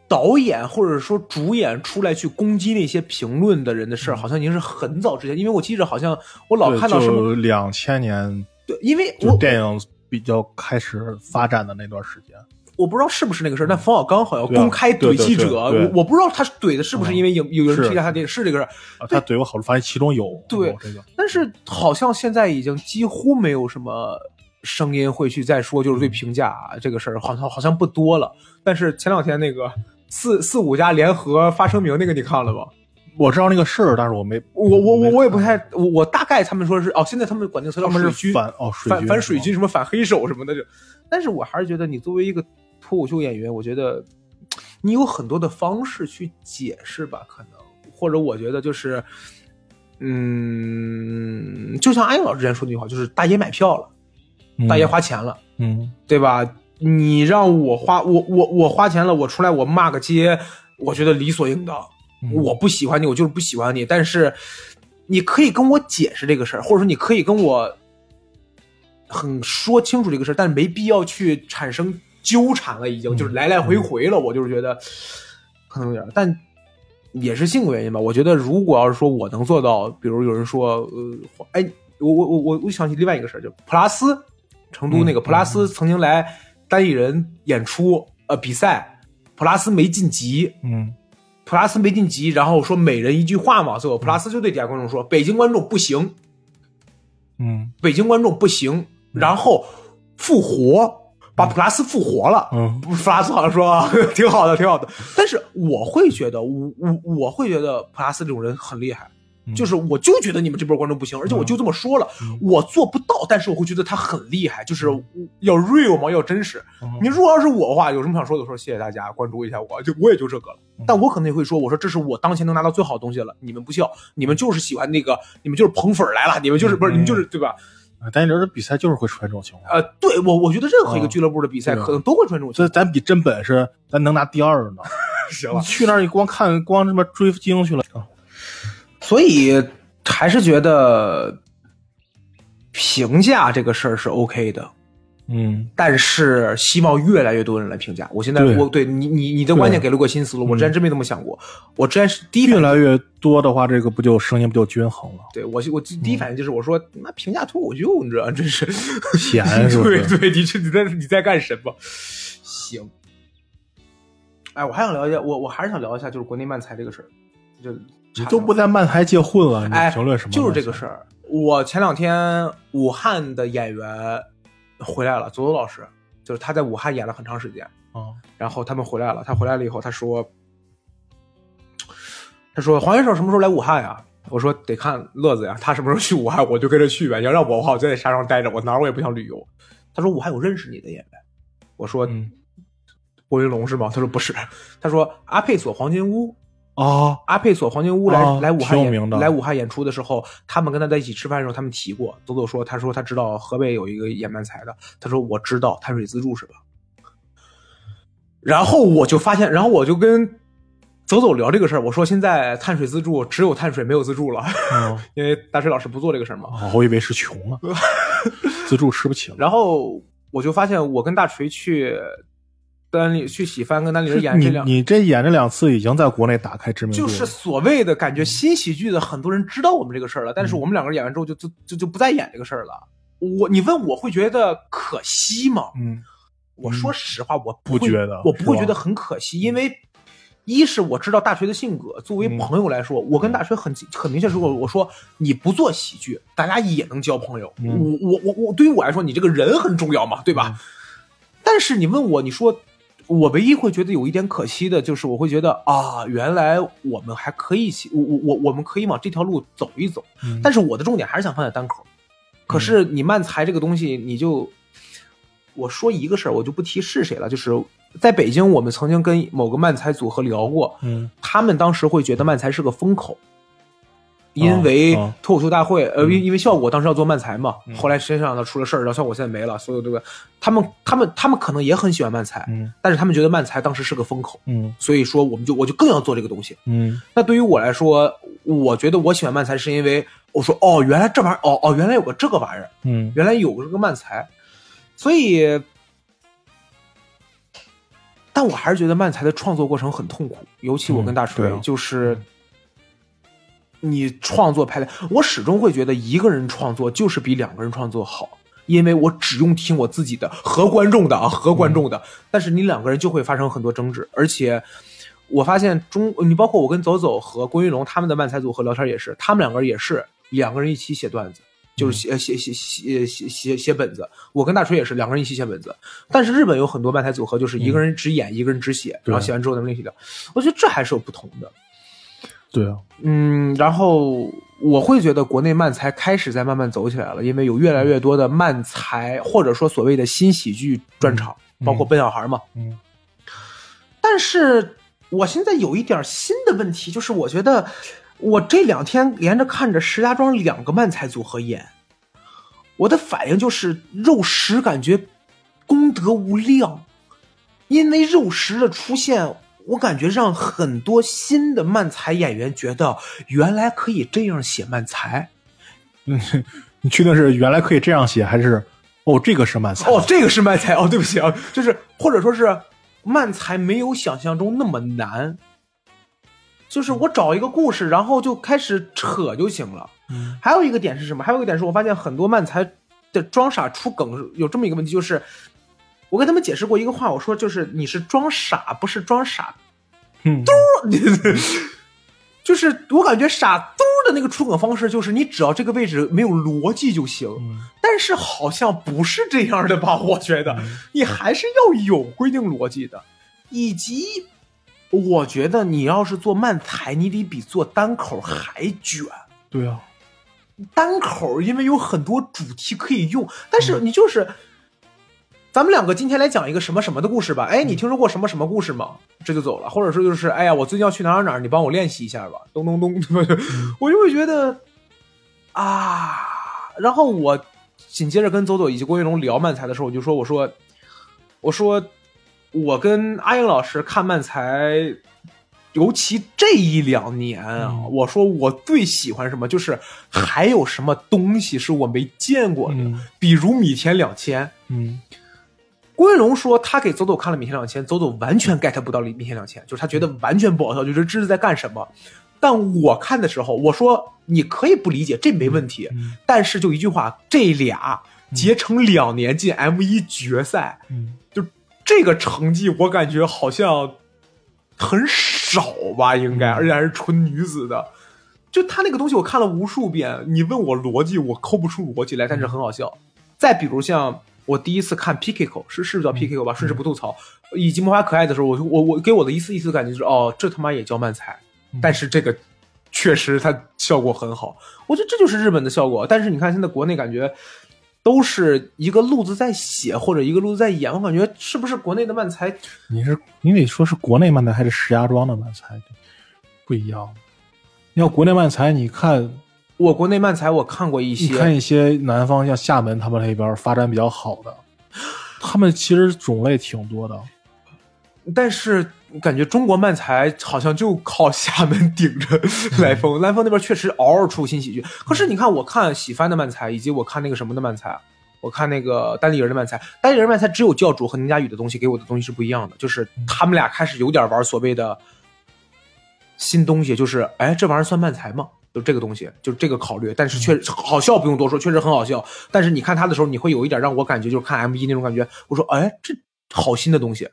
Speaker 2: 导演或者说主演出来去攻击那些评论的人的
Speaker 1: 嗯
Speaker 2: 事儿，好像已经是很早之前，因为我记着好像我老看到什么，
Speaker 1: 两千年
Speaker 2: 对，因为
Speaker 1: 就
Speaker 2: 我
Speaker 1: 电影比较开始发展的那段时间，
Speaker 2: 我不知道是不是那个事儿，但冯小刚好像
Speaker 1: 对啊
Speaker 2: 公开
Speaker 1: 对
Speaker 2: 怼
Speaker 1: 对
Speaker 2: 记者，
Speaker 1: 对对嗯
Speaker 2: 我我不知道他怼的是不是因为有、有
Speaker 1: 是
Speaker 2: 人评价他电视这个事儿，
Speaker 1: 啊他对我好处，发现其中有
Speaker 2: 对
Speaker 1: 有这个，
Speaker 2: 但是好像现在已经几乎没有什么声音会去再说，就是对评价、啊这个事儿，好像好像不多了。但是前两天那个四四五家联合发声明那个你看了吗？
Speaker 1: 我知道那个事儿，但是我没
Speaker 2: 我我我
Speaker 1: 没
Speaker 2: 我也不
Speaker 1: 看
Speaker 2: 太，我我大概他们说是哦，现在他们管那个词
Speaker 1: 他
Speaker 2: 叫
Speaker 1: 们
Speaker 2: 水
Speaker 1: 是
Speaker 2: 军，
Speaker 1: 反哦水
Speaker 2: 反
Speaker 1: 军
Speaker 2: 反水
Speaker 1: 是吧
Speaker 2: 军什么反黑手什么的就，但是我还是觉得你作为一个脱口秀演员，我觉得你有很多的方式去解释吧，可能或者我觉得就是，嗯，就像安逸老师之前说那句话，就是大爷买票了，大爷花钱了，
Speaker 1: 嗯
Speaker 2: 对吧？你让我花我我我花钱了，我出来我骂个街，我觉得理所应当。
Speaker 1: 嗯，
Speaker 2: 我不喜欢你，我就是不喜欢你。但是你可以跟我解释这个事儿，或者说你可以跟我很说清楚这个事儿，但是没必要去产生纠缠了，已经、
Speaker 1: 嗯
Speaker 2: 就是来来回回了。我就是觉得可能有点儿，但也是性格原因吧。我觉得如果要是说我能做到，比如有人说，呃，哎，我我我我我想起另外一个事儿，就普拉斯，成都那个
Speaker 1: 嗯
Speaker 2: 普拉斯曾经来单立人演出呃比赛，普拉斯没晋级，
Speaker 1: 嗯
Speaker 2: 普拉斯没晋级，然后说每人一句话嘛，最后普拉斯就对底下观众说：“北京观众不行，
Speaker 1: 嗯
Speaker 2: 北京观众不行。”然后复活，把普拉斯复活了。
Speaker 1: 嗯
Speaker 2: 普拉斯好像说 挺好的，挺好的。但是我会觉得，我我我会觉得普拉斯这种人很厉害，
Speaker 1: 嗯
Speaker 2: 就是我就觉得你们这波观众不行，而且我就这么说了，
Speaker 1: 嗯
Speaker 2: 我做不到，但是我会觉得他很厉害，就是要 real 嘛，要真实。
Speaker 1: 嗯
Speaker 2: 你如果要是我的话，有什么想说的时候，谢谢大家关注一下我，就我也就这个了
Speaker 1: 嗯。
Speaker 2: 但我可能也会说，我说这是我当前能拿到最好的东西了，你们不笑，你们就是喜欢那个，你们就是捧粉儿来了，你们就是不是
Speaker 1: 嗯
Speaker 2: 你们就是对吧？
Speaker 1: 单立人的比赛哎就是会出现这种情况，
Speaker 2: 呃，对我我觉得任何一个
Speaker 1: 嗯
Speaker 2: 俱乐部的比赛
Speaker 1: 对啊
Speaker 2: 可能都会出现这种情
Speaker 1: 所以咱比真本事，咱能拿第二呢。
Speaker 2: 况，行
Speaker 1: 你。去那儿，你光看光他妈追星去了。
Speaker 2: 哦所以还是觉得评价这个事儿是 OK 的，
Speaker 1: 嗯
Speaker 2: 但是希望越来越多人来评价。我现在
Speaker 1: 对
Speaker 2: 我对嗯你你你的观点给了我新思路，我之前真没这么想过，我之前是第一反应
Speaker 1: 越来越多的话，这个不就声音不就均衡了？
Speaker 2: 对我，我第
Speaker 1: 嗯
Speaker 2: 第一反应就是我说，妈评价脱口秀，你知道，真是
Speaker 1: 闲是不
Speaker 2: 对
Speaker 1: 是？
Speaker 2: 对，你这你在你在干什么？行。哎，我还想聊一下，我我还是想聊一下，就是国内漫才这个事儿，就
Speaker 1: 你都不在漫台界混了，你
Speaker 2: 哎
Speaker 1: 评论什么？
Speaker 2: 就是这个事儿。我前两天武汉的演员回来了，左左老师，就是他在武汉演了很长时间，
Speaker 1: 啊。
Speaker 2: 然后他们回来了，他回来了以后，他说，他说黄先生什么时候来武汉呀？我说得看乐子呀，他什么时候去武汉，我就跟着去呗。你要让我的话，我就在沙上待着，我哪儿我也不想旅游。他说武汉有认识你的演员，我说
Speaker 1: 嗯
Speaker 2: 郭云龙是吗？他说不是，他说阿佩索黄金屋。
Speaker 1: 啊，
Speaker 2: 阿佩索黄金屋来、
Speaker 1: 哦
Speaker 2: 来武汉
Speaker 1: 挺有名
Speaker 2: 演
Speaker 1: 的
Speaker 2: 来武汉演出的时候，他们跟他在一起吃饭的时候，他们提过，左左说，他说他知道河北有一个演漫才的，他说我知道碳水自助是吧？然后我就发现，然后我就跟左左聊这个事儿，我说现在碳水自助只有碳水没有自助了，
Speaker 1: 嗯，
Speaker 2: 因为大水老师不做这个事儿嘛。
Speaker 1: 哦我以为是穷 了，自助吃不起了。
Speaker 2: 然后我就发现，我跟大锤去单立去喜番跟单立人演
Speaker 1: 你
Speaker 2: 这两。
Speaker 1: 你这演这两次已经在国内打开知名度
Speaker 2: 就
Speaker 1: 了，
Speaker 2: 是所谓的感觉新喜剧的很多人知道我们这个事儿了，但是我们两个人演完之后就就就就不再演这个事儿了。我你问我会觉得可惜吗？
Speaker 1: 嗯
Speaker 2: 我说实话，我
Speaker 1: 不
Speaker 2: 会
Speaker 1: 觉得
Speaker 2: 我不会
Speaker 1: 是吧
Speaker 2: 觉得很可惜，因为一是我知道大锤的性格，作为
Speaker 1: 嗯
Speaker 2: 朋友来说，我跟大锤很很明确说过，我说你不做喜剧，大家也能交朋友。
Speaker 1: 嗯
Speaker 2: 我我我我，对于我来说，你这个人很重要嘛，对吧？但是你问我，你说我唯一会觉得有一点可惜的，就是我会觉得啊，原来我们还可以一起，我我我我们可以往这条路走一走。
Speaker 1: 嗯
Speaker 2: 但是我的重点还是想放在单口。可是你漫才这个东西，你就我说一个事儿，我就不提是谁了，就是在北京，我们曾经跟某个漫才组合聊过，
Speaker 1: 嗯
Speaker 2: 他们当时会觉得漫才是个风口，因为
Speaker 1: 啊
Speaker 2: 脱口秀大会，呃，因因为效果当时要做漫才嘛，
Speaker 1: 嗯
Speaker 2: 后来谁想到出了事儿，然后效果现在没了，所有这个他们他们他们可能也很喜欢漫才，
Speaker 1: 嗯
Speaker 2: 但是他们觉得漫才当时是个风口，
Speaker 1: 嗯
Speaker 2: 所以说我们就我就更要做这个东西。
Speaker 1: 嗯
Speaker 2: 那对于我来说，我觉得我喜欢漫才是因为我说哦，原来这玩意儿，哦哦，原来有个这个玩意儿，
Speaker 1: 嗯，
Speaker 2: 原来有个这个漫才，所以，但我还是觉得漫才的创作过程很痛苦，尤其我跟大
Speaker 1: 嗯
Speaker 2: 锤
Speaker 1: 对啊
Speaker 2: 就是。你创作拍的，我始终会觉得一个人创作就是比两个人创作好，因为我只用听我自己的和观众的啊和观众的，
Speaker 1: 嗯
Speaker 2: 但是你两个人就会发生很多争执，而且我发现中你包括我跟走走和郭云龙他们的漫才组合聊天也是，他们两个人也是两个人一起写段子。就是
Speaker 1: 嗯
Speaker 2: 写呃写写写写写写本子，我跟大锤也是两个人一起写本子。但是日本有很多漫才组合，就是一个人只演，一个人只写，
Speaker 1: 嗯对
Speaker 2: 然后写完之后咱们一起聊。我觉得这还是有不同的。
Speaker 1: 对啊，
Speaker 2: 嗯，然后我会觉得国内漫才开始在慢慢走起来了，因为有越来越多的漫才或者说所谓的新喜剧专场，
Speaker 1: 嗯
Speaker 2: 包括笨小孩嘛。
Speaker 1: 嗯
Speaker 2: 但是我现在有一点新的问题，就是我觉得我这两天连着看着石家庄两个漫才组合演，我的反应就是肉食感觉功德无量，因为肉食的出现。我感觉让很多新的漫才演员觉得，原来可以这样写漫才
Speaker 1: 你确定是原来可以这样写，还是哦这个是漫才？
Speaker 2: 哦，这个是漫才哦，对不起啊，就是或者说是漫才没有想象中那么难，就是我找一个故事，然后就开始扯就行了。
Speaker 1: 嗯
Speaker 2: 还有一个点是什么？还有一个点是我发现很多漫才的装傻出梗有这么一个问题，就是我跟他们解释过一个话，我说就是你是装傻，不是装傻
Speaker 1: 嗯，
Speaker 2: 就是我感觉傻嘟儿的那个出梗方式，就是你只要这个位置没有逻辑就行。
Speaker 1: 嗯
Speaker 2: 但是好像不是这样的吧？我觉得你还是要有规定逻辑的，以及我觉得你要是做慢才，你得比做单口还卷。
Speaker 1: 对啊，
Speaker 2: 单口，因为有很多主题可以用，但是你就是，咱们两个今天来讲一个什么什么的故事吧。哎，你听说过什么什么故事吗？这就走了，或者说就是，哎呀，我最近要去哪儿哪儿，你帮我练习一下吧。咚咚咚，我就会觉得啊，然后我紧接着跟走走以及郭云龙聊漫才的时候，我就说，我说，我说，我跟阿英老师看漫才。尤其这一两年啊，
Speaker 1: 嗯
Speaker 2: 我说我最喜欢什么，就是还有什么东西是我没见过的，
Speaker 1: 嗯
Speaker 2: 比如米田两千。
Speaker 1: 嗯
Speaker 2: 郭云龙说他给邹邹看了米田两千，邹邹完全 get 不到米田两千，就是他觉得完全不好笑，就是这是在干什么。但我看的时候，我说你可以不理解，这没问题。
Speaker 1: 嗯
Speaker 2: 但是就一句话，这俩结成两年进 M 一决赛，
Speaker 1: 嗯，
Speaker 2: 就这个成绩，我感觉好像很少吧，应该，
Speaker 1: 嗯
Speaker 2: 而且还是纯女子的。就他那个东西，我看了无数遍。你问我逻辑，我抠不出逻辑来，
Speaker 1: 嗯
Speaker 2: 但是很好笑。再比如像我第一次看 Pico，是是
Speaker 1: 嗯
Speaker 2: 叫 Pico 吧，顺势不吐槽，以及魔法可爱的时候，我就我我给我的一次一次感觉就是，哦，这他妈也叫慢才，
Speaker 1: 嗯
Speaker 2: 但是这个确实它效果很好。我觉得这就是日本的效果。但是你看现在国内感觉都是一个路子在写或者一个路子在演，我感觉是不是国内的漫才
Speaker 1: 你是你得说是国内漫才还是石家庄的漫才不一样。要国内漫才，你看
Speaker 2: 我国内漫才我看过一
Speaker 1: 你看
Speaker 2: 些，
Speaker 1: 一些南方像厦门他们那边发展比较好的，他们其实种类挺多的。
Speaker 2: 但是感觉中国漫才好像就靠厦门顶着 来风，来风那边确实嗷嗷出新喜剧。可是你看，我看喜番的漫才，以及我看那个什么的漫才。啊我看那个单立人的漫才，单立人漫才只有教主和宁佳宇的东西给我的东西是不一样的，就是他们俩开始有点玩所谓的新东西，就是哎，这玩意儿算漫才吗？就这个东西，就这个考虑，但是确实好笑，不用多说，确实很好笑。但是你看他的时候，你会有一点让我感觉就是看 M 一那种感觉，我说哎，这好新的东西。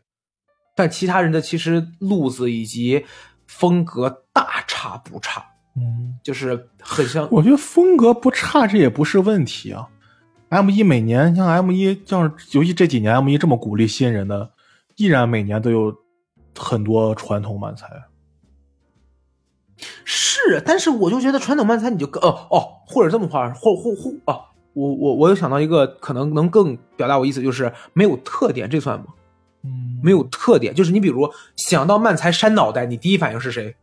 Speaker 2: 但其他人的其实路子以及风格大差不差，
Speaker 1: 嗯，
Speaker 2: 就是很像
Speaker 1: 我觉得风格不差，这也不是问题啊。M 一每年像 M 一，像是尤其这几年 M 一这么鼓励新人的，依然每年都有很多传统漫才。
Speaker 2: 是，但是我就觉得传统漫才你就更哦哦，或者这么话，或或或啊，我我我又想到一个可能能更表达我意思，就是没有特点，这算吗？
Speaker 1: 嗯，
Speaker 2: 没有特点，就是你比如想到漫才扇脑袋，你第一反应是谁？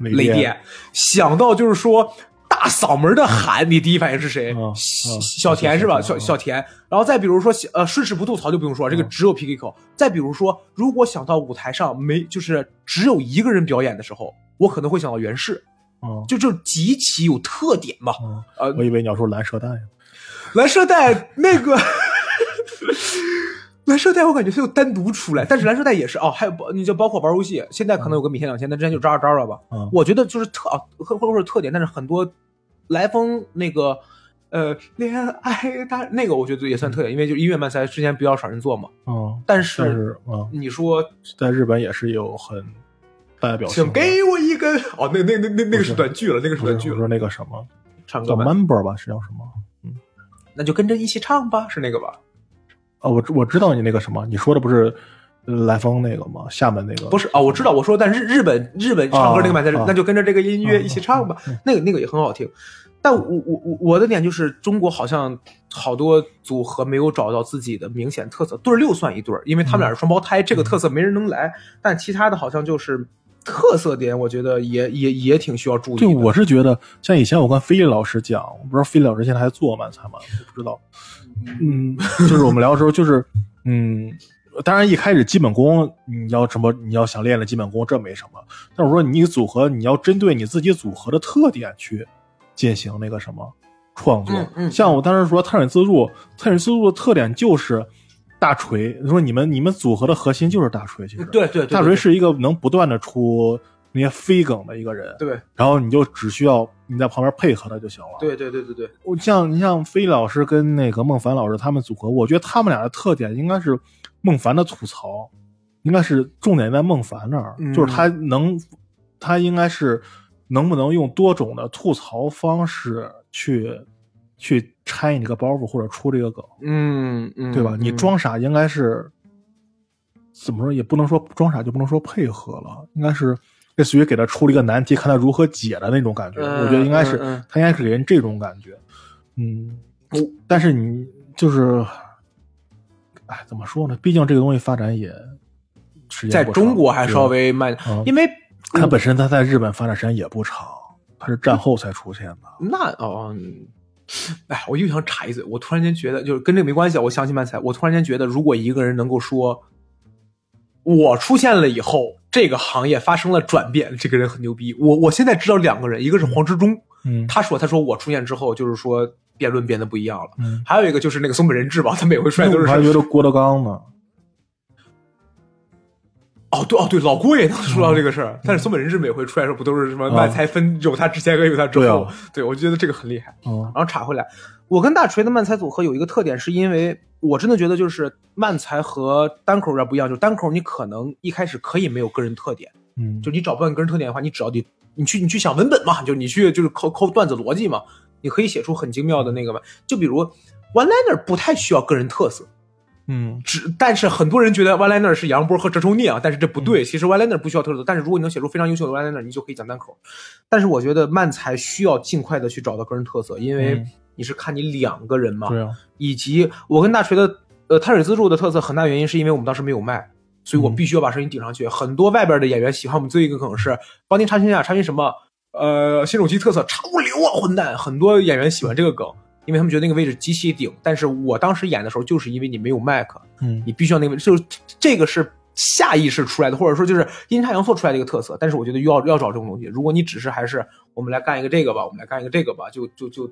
Speaker 1: 雷
Speaker 2: 雷电。想到就是说大嗓门的喊，你第一反应是谁？
Speaker 1: 嗯
Speaker 2: 小
Speaker 1: 嗯
Speaker 2: 小田是吧？小
Speaker 1: 嗯
Speaker 2: 小田。然后再比如说，呃，顺势不吐槽就不用说，这个
Speaker 1: 嗯
Speaker 2: 只有 PK 口。再比如说，如果想到舞台上没就是只有一个人表演的时候，我可能会想到袁氏，
Speaker 1: 嗯，
Speaker 2: 就就极其有特点嘛。
Speaker 1: 嗯
Speaker 2: 呃，
Speaker 1: 我以为你要说蓝蛇蛋呀。
Speaker 2: 蓝色带那个 蓝色带，我感觉它又单独出来，但是蓝色带也是哦，还有包你就包括玩游戏，现在可能有个米线两千，但之前就扎着扎着吧。
Speaker 1: 嗯
Speaker 2: 我觉得就是特啊，或或者说特点，但是很多来风那个呃，恋爱大那个我觉得也算特点，因为就音乐漫才之前比较少人做嘛。
Speaker 1: 嗯，
Speaker 2: 但
Speaker 1: 但
Speaker 2: 是
Speaker 1: 是啊、嗯，
Speaker 2: 你说，
Speaker 1: 在日本也是有很代表性
Speaker 2: 请
Speaker 1: 的。
Speaker 2: 给我一根哦，那那那那
Speaker 1: 啊不
Speaker 2: 那个是
Speaker 1: 是
Speaker 2: 短剧了，那个是
Speaker 1: 不是
Speaker 2: 短
Speaker 1: 我
Speaker 2: 剧
Speaker 1: 说
Speaker 2: 了，
Speaker 1: 那个什么
Speaker 2: 唱
Speaker 1: 叫
Speaker 2: 歌吧，
Speaker 1: member 吧，是叫什么？
Speaker 2: 那就跟着一起唱吧，是那个吧？
Speaker 1: 啊，我知我知道你那个什么，你说的不是呃来风那个吗？厦门那个
Speaker 2: 不
Speaker 1: 是
Speaker 2: 是啊，我知道，我说，但是日本日本唱歌那个漫才，
Speaker 1: 啊啊
Speaker 2: 那就跟着这个音乐一起唱吧，
Speaker 1: 嗯嗯嗯
Speaker 2: 那个那个也很好听。但我我我我的点就是，中国好像好多组合没有找到自己的明显特色，对儿六算一对儿，因为他
Speaker 1: 嗯
Speaker 2: 们俩是双胞胎，这个特色没人能来。但其他的好像就是特色点，我觉得也也也挺需要注意的。
Speaker 1: 对，我是觉得像以前我跟菲利老师讲，我不知道菲利老师现在还做漫才吗？我不知道。嗯， 就是我们聊的时候，就是嗯，当然一开始基本功你要什么，你要想练了基本功，这没什么。但我说你组合，你要针对你自己组合的特点去进行那个什么创作。
Speaker 2: 嗯嗯
Speaker 1: 像我当时说碳水自助，碳水自助的特点就是大锤。说你们你们组合的核心就是大锤，其实
Speaker 2: 嗯对对对，
Speaker 1: 大锤是一个能不断的出那些飞梗的一个人，
Speaker 2: 对
Speaker 1: 然后你就只需要你在旁边配合他就行了。，
Speaker 2: 对对对对对，
Speaker 1: 我像你像飞老师跟那个孟凡老师他们组合，我觉得他们俩的特点应该是孟凡的吐槽，应该是重点在孟凡那儿，
Speaker 2: 嗯
Speaker 1: 就是他能，他应该是能不能用多种的吐槽方式去去拆你这个包袱或者出这个梗。
Speaker 2: 嗯嗯，
Speaker 1: 对吧？你
Speaker 2: 嗯
Speaker 1: 装傻应该是怎么说？也不能说装傻，就不能说配合了，应该是类似于给他出了一个难题，看他如何解的那种感觉。
Speaker 2: 嗯
Speaker 1: 我觉得应该是、
Speaker 2: 嗯嗯
Speaker 1: 他应该是给人这种感觉。嗯，但是你就是，哎，怎么说呢？毕竟这个东西发展也时间
Speaker 2: 在
Speaker 1: 不长
Speaker 2: 中国还稍，微慢
Speaker 1: 嗯，
Speaker 2: 因为
Speaker 1: 对它本身它在日本发展时间也不长，它是战后才出现的。
Speaker 2: 那哦，嗯哎，我又想插一嘴，我突然间觉得，就是跟这个没关系啊。我想起漫才，我突然间觉得，如果一个人能够说，我出现了以后，这个行业发生了转变，这个人很牛逼。我我现在知道两个人，一个是黄执中，
Speaker 1: 嗯
Speaker 2: 他说他说我出现之后，就是说辩论变得不一样了。
Speaker 1: 嗯，
Speaker 2: 还有一个就是那个松本人志吧，他每回出来都
Speaker 1: 我
Speaker 2: 是
Speaker 1: 还觉得郭德纲呢，
Speaker 2: 哦对哦对，老郭也能说到这个事儿，但是松本人志每回出来的时候不都是什么
Speaker 1: 嗯啊
Speaker 2: 漫才分有他之前和有他之
Speaker 1: 对
Speaker 2: 后？
Speaker 1: 啊
Speaker 2: 对，我觉得这个很厉害。
Speaker 1: 嗯
Speaker 2: 然后查回来，我跟大锤的漫才组合有一个特点，是因为我真的觉得就是漫才和单口有点不一样，就是单口你可能一开始可以没有个人特点，
Speaker 1: 嗯，
Speaker 2: 就你找不到你个人特点的话，你只要你你去你去想文本嘛，就你去就是抠抠段子逻辑嘛，你可以写出很精妙的那个嘛。就比如 one liner 不太需要个人特色，
Speaker 1: 嗯
Speaker 2: 只但是很多人觉得 one liner 是杨波和折冲逆啊，但是这不
Speaker 1: 嗯
Speaker 2: 对。其实 one liner 不需要特色，但是如果你能写出非常优秀的 one liner，你就可以讲单口。但是我觉得漫才需要尽快的去找到个人特色，因为
Speaker 1: 嗯
Speaker 2: 你是看你两个人嘛，
Speaker 1: 对啊，
Speaker 2: 以及我跟大锤的呃碳水自助的特色，很大原因是因为我们当时没有卖，所以我
Speaker 1: 嗯
Speaker 2: 必须要把声音顶上去。很多外边的演员喜欢我们做一个梗是帮您查询一下，查询什么？呃，新手机特色，查物流啊，混蛋！很多演员喜欢这个梗，因为他们觉得那个位置极其顶。但是我当时演的时候，就是因为你没有麦克，
Speaker 1: 嗯
Speaker 2: 你必须要那个位置，就是这个是下意识出来的，或者说就是阴差阳错出来的一个特色。但是我觉得要要找这种东西，如果你只是还是我们来干一个这个吧，我们来干一个这个吧，就就就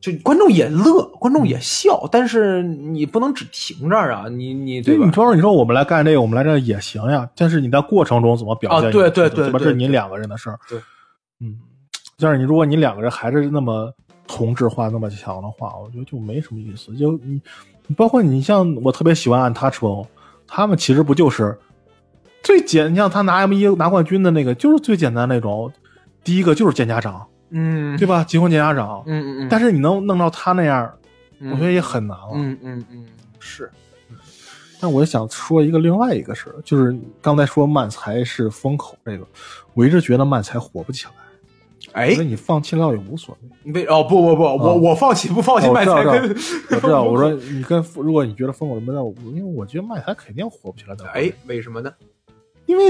Speaker 2: 就观众也乐，观众
Speaker 1: 嗯
Speaker 2: 也笑，但是你不能只停这儿啊，你你对
Speaker 1: 对，
Speaker 2: 吧
Speaker 1: 你？说你说我们来干这个，我们来这也行呀，但是你在过程中怎么表现你
Speaker 2: 啊
Speaker 1: 的
Speaker 2: 对
Speaker 1: 态
Speaker 2: 对
Speaker 1: 度，
Speaker 2: 对
Speaker 1: 对吧？
Speaker 2: 对
Speaker 1: 这是你两个人的事儿。
Speaker 2: 对，
Speaker 1: 嗯，但是你如果你两个人还是那么同质化那么强的话，我觉得就没什么意思。就你，你包括你像我特别喜欢 Untouchable，他们其实不就是最简，你像他拿 M 一拿冠军的那个，就是最简单那种，第一个就是见家长，
Speaker 2: 嗯，
Speaker 1: 对吧？结婚见家长，
Speaker 2: 嗯嗯嗯，
Speaker 1: 但是你能弄到他那样，
Speaker 2: 嗯
Speaker 1: 我觉得也很难了。
Speaker 2: 嗯嗯嗯是，
Speaker 1: 但我想说一个另外一个事儿，就是刚才说漫才是风口这个，我一直觉得漫才火不起来，
Speaker 2: 哎
Speaker 1: 觉得，你放弃了也无所 谓。
Speaker 2: 你为哦不不不，我我放弃不放弃
Speaker 1: 哦
Speaker 2: 卖菜
Speaker 1: 知道
Speaker 2: 跟
Speaker 1: 我知道，我说你跟如果你觉得风口什么的，我因为我觉得漫才肯定火不起来的。
Speaker 2: 哎，为什么呢？
Speaker 1: 因为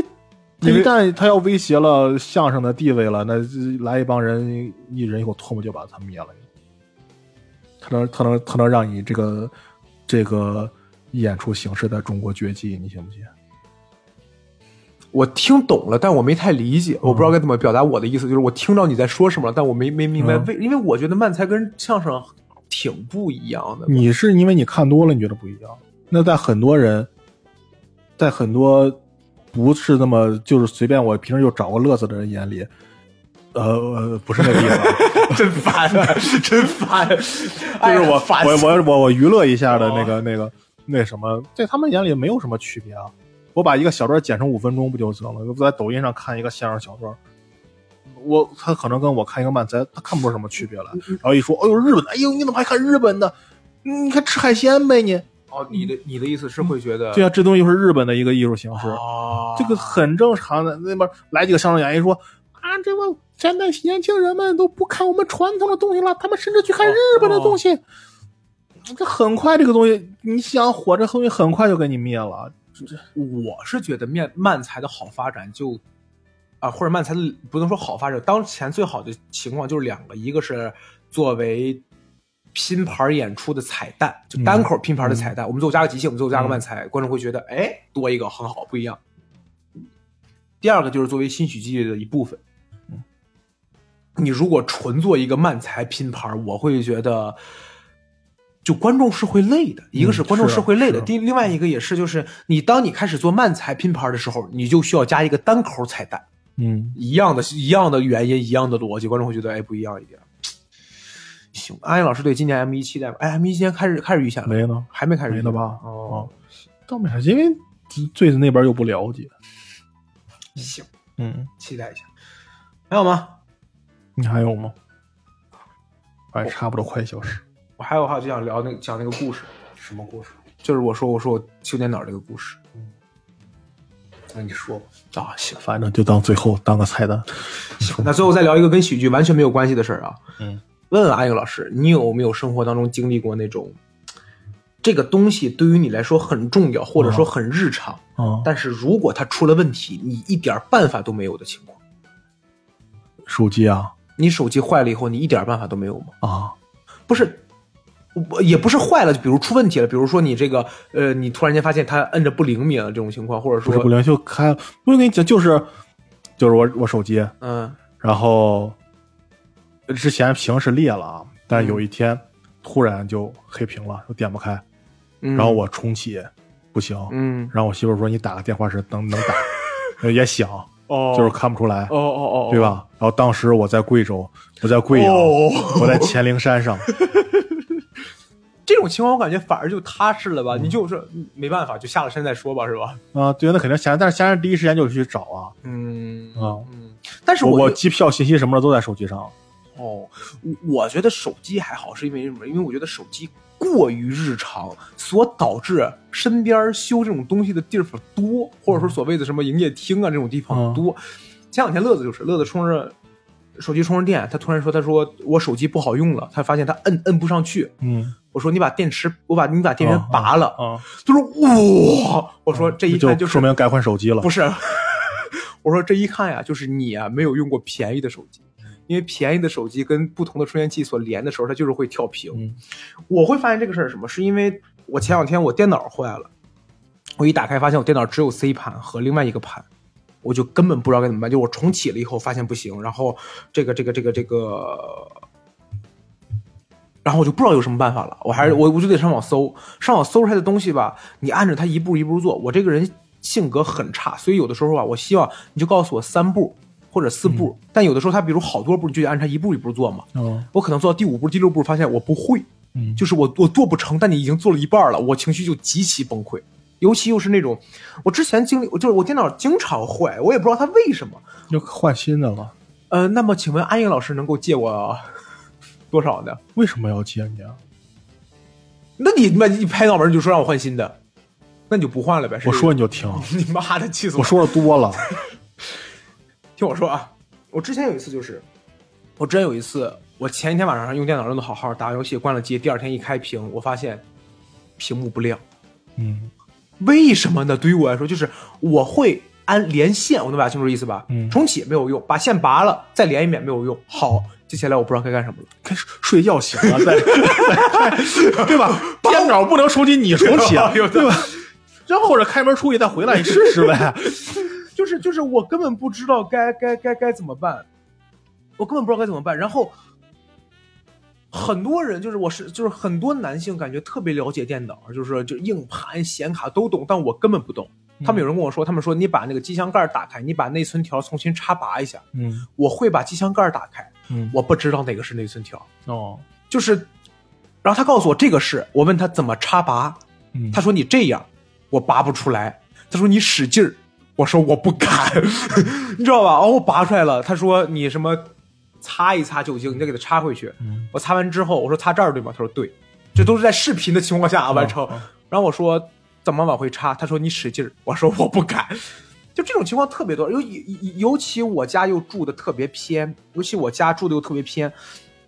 Speaker 2: 因为
Speaker 1: 一旦他要威胁了相声的地位了，那这来一帮人一人一口唾沫就把他灭了。他能他能他能让你这个这个演出形式在中国绝迹，你信不信？
Speaker 2: 我听懂了，但我没太理
Speaker 1: 嗯
Speaker 2: 解，我不知道该怎么表达我的意思。就是我听到你在说什么了，但我没没明白
Speaker 1: 嗯
Speaker 2: 为，因为我觉得慢才跟相声挺不一样的。
Speaker 1: 你是因为你看多了，你觉得不一样。那在很多人，在很多不是那么就是随便我平时就找个乐子的人眼里，呃呃，不是那个意思啊，
Speaker 2: 真烦，真烦，
Speaker 1: 就
Speaker 2: 哎呀
Speaker 1: 是我
Speaker 2: 烦
Speaker 1: 我
Speaker 2: 死哦
Speaker 1: 我我我娱乐一下的那个、那个那什么，在他们眼里没有什么区别啊。我把一个小段剪成五分钟不就行了？我在抖音上看一个相声小段，我他可能跟我看一个漫才，他看不出什么区别来。
Speaker 2: 嗯
Speaker 1: 然后一说，哎呦日本的，哎呦你怎么还看日本的？你看吃海鲜呗你。
Speaker 2: 哦，你的你的意思是会觉得
Speaker 1: 对啊，这东西又是日本的一个艺术形式，
Speaker 2: 哦
Speaker 1: 这个很正常的。那边来几个相声演员一说啊，这帮现在年轻人们都不看我们传统的东西了，他们甚至去看日本
Speaker 2: 哦
Speaker 1: 的东西。这很快，这个东西你想火，这东西很快就给你灭了。
Speaker 2: 我是觉得面漫才的好发展就啊，或者漫才的不能说好发展，当前最好的情况就是两个，一个是作为拼盘演出的彩蛋，就单口拼盘的彩蛋，我们最后加个即兴，我们最后加个漫才，观众会觉得哎多一个很好不一样。第二个就是作为新喜剧的一部分。嗯你如果纯做一个漫才拼盘，我会觉得，就观众是会累的。一个是观众
Speaker 1: 是
Speaker 2: 是会累的，
Speaker 1: 是
Speaker 2: 第另外一个也是，就是你当你开始做漫才拼盘的时候，你就需要加一个单口彩蛋，
Speaker 1: 嗯，
Speaker 2: 一样的一样的原因，一样的逻辑，观众会觉得哎不一样一点。行，安逸老师对今年 M 一期待吗？哎，M 一今年开始开始预选了，
Speaker 1: 没呢，
Speaker 2: 还没开始
Speaker 1: 没
Speaker 2: 预
Speaker 1: 了
Speaker 2: 选
Speaker 1: 吧？
Speaker 2: 哦，
Speaker 1: 啊，倒没啥，因为对那边又不了解。
Speaker 2: 行，
Speaker 1: 嗯，
Speaker 2: 期待一下。还有吗？
Speaker 1: 你还有吗？哎，差不多快一小时。
Speaker 2: 我还有还有就想聊那个讲那个故事，
Speaker 1: 什么故事？嗯
Speaker 2: 就是我说我说我修电脑这个故事
Speaker 1: 那你说吧。
Speaker 2: 啊，行。
Speaker 1: 反正就当最后当个菜单。
Speaker 2: 那最后再聊一个跟喜剧完全没有关系的事儿啊。
Speaker 1: 嗯，
Speaker 2: 问问安逸老师，你有没有生活当中经历过那种这个东西对于你来说很重要，或者说很日常，
Speaker 1: 啊，
Speaker 2: 但是如果它出了问题，你一点办法都没有的情况？
Speaker 1: 手机啊
Speaker 2: 你手机坏了以后，你一点办法都没有吗？
Speaker 1: 啊，
Speaker 2: 不是，我也不是坏了，就比如出问题了，比如说你这个呃，你突然间发现它摁着不灵敏了这种情况，或者
Speaker 1: 不是不
Speaker 2: 说
Speaker 1: 灵就开，不是跟你讲，就是就是我我手机，
Speaker 2: 嗯
Speaker 1: 然后之前屏是裂了啊，但有一天突然就黑屏了，就点不开，
Speaker 2: 嗯，
Speaker 1: 然后我重启，不行，
Speaker 2: 嗯
Speaker 1: 然后我媳妇儿说你打个电话是能能 打，也响，
Speaker 2: 哦
Speaker 1: 就是看不出来，
Speaker 2: 哦哦哦，
Speaker 1: 对？吧？然后当时我在贵州，我在贵阳，
Speaker 2: 哦
Speaker 1: 我在黔灵山上，
Speaker 2: 这种情况我感觉反而就踏实了吧，你就是嗯没办法，就下了山再说吧，是吧？
Speaker 1: 啊，对，那肯定想，但是想想第一时间就去找啊，
Speaker 2: 嗯
Speaker 1: 啊
Speaker 2: 嗯，但是
Speaker 1: 我
Speaker 2: 我
Speaker 1: 我机票信息什么的都在手机上，
Speaker 2: 哦，我我觉得手机还好，是因为什么？因为我觉得手机过于日常，所导致身边修这种东西的地方多，或者说所谓的什么营业厅啊这种地方多。前两天乐子就是乐子充着手机充着电，他突然说：“他说我手机不好用了，他发现他摁摁不上去。
Speaker 1: 嗯”
Speaker 2: 我说：“你把电池，我把你把电源
Speaker 1: 哦
Speaker 2: 拔了。
Speaker 1: 啊，
Speaker 2: 他说：“哇！”我说：“这一
Speaker 1: 就
Speaker 2: 看就是
Speaker 1: 说明该换手机了
Speaker 2: 不。是，我说这一看呀，就是你啊没有用过便宜的手机，因为便宜的手机跟不同的充电器所连的时候，它就是会跳屏。
Speaker 1: 嗯
Speaker 2: 我会发现这个事儿是什么，是因为我前两天我电脑坏了，我一打开发现我电脑只有 C 盘和另外一个盘。我就根本不知道该怎么办，就我重启了以后发现不行，然后这个这个这个这个，然后我就不知道有什么办法了，我还是我我就得上网搜，上网搜出来的东西吧，你按着它一步一步做。我这个人性格很差，所以有的时候啊，我希望你就告诉我三步或者四步，但有的时候它比如好多步，你就得按它一步一步做嘛。
Speaker 1: 嗯
Speaker 2: 我可能做到第五步、第六步，发现我不会，
Speaker 1: 嗯
Speaker 2: 就是我我做不成，但你已经做了一半了，我情绪就极其崩溃。尤其又是那种，我之前经历，我就是我电脑经常坏，我也不知道它为什么。
Speaker 1: 又换新的了，
Speaker 2: 呃，那么请问安逸老师能够借我多少呢？
Speaker 1: 为什么要借你啊？
Speaker 2: 那你那一拍脑门就说让我换新的，那你就不换了呗？是
Speaker 1: 我说你就听，
Speaker 2: 你 妈的，气死
Speaker 1: 我
Speaker 2: 我！
Speaker 1: 说的多 了，
Speaker 2: 听我说啊，我之前有一次就是，我之前有一次，我前一天晚上用电脑用的好好打游戏，关了机，第二天一开屏，我发现屏幕不亮。
Speaker 1: 嗯
Speaker 2: 为什么呢？对于我来说，就是我会安连线，我能表达清楚意思吧？
Speaker 1: 嗯
Speaker 2: 重启没有用，把线拔了再连一遍没有用。好，接下来我不知道该干什么了。
Speaker 1: 该睡觉醒了再，再对吧？电脑不能重启，你重启，对吧？然后或者开门出去再回来，你试试呗。
Speaker 2: 就是就是我根本不知道该该该该怎么办，我根本不知道该怎么办。然后很多人就是我是就是很多男性感觉特别了解电脑，就是就硬盘、显卡都懂，但我根本不懂。 他
Speaker 1: 嗯
Speaker 2: 们有人跟我说，他们说你把那个机箱盖打开，你把内存条重新插拔一下。
Speaker 1: 嗯
Speaker 2: 我会把机箱盖打开，
Speaker 1: 嗯
Speaker 2: 我不知道哪个是内存条，
Speaker 1: 哦
Speaker 2: 就是，然后他告诉我这个是，我问他怎么插拔，
Speaker 1: 嗯
Speaker 2: 他说你这样，我拔不出来。他说你使劲儿，我说我不敢，你知道吧？哦，我拔出来了。他说你什么，擦一擦酒精，你再给它插回去。
Speaker 1: 嗯
Speaker 2: 我擦完之后，我说擦这儿对吗？他说对，这都是在视频的情况下啊完成。
Speaker 1: 哦
Speaker 2: 然后我说怎么往回插？他说你使劲儿，我说我不敢。就这种情况特别多，尤尤尤其我家又住的特别偏，尤其我家住的又特别偏。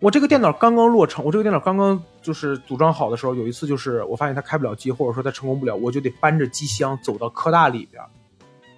Speaker 2: 我这个电脑刚刚落成，我这个电脑刚刚就是组装好的时候，有一次就是我发现它开不了机，或者说它成功不了，我就得搬着机箱走到科大里边，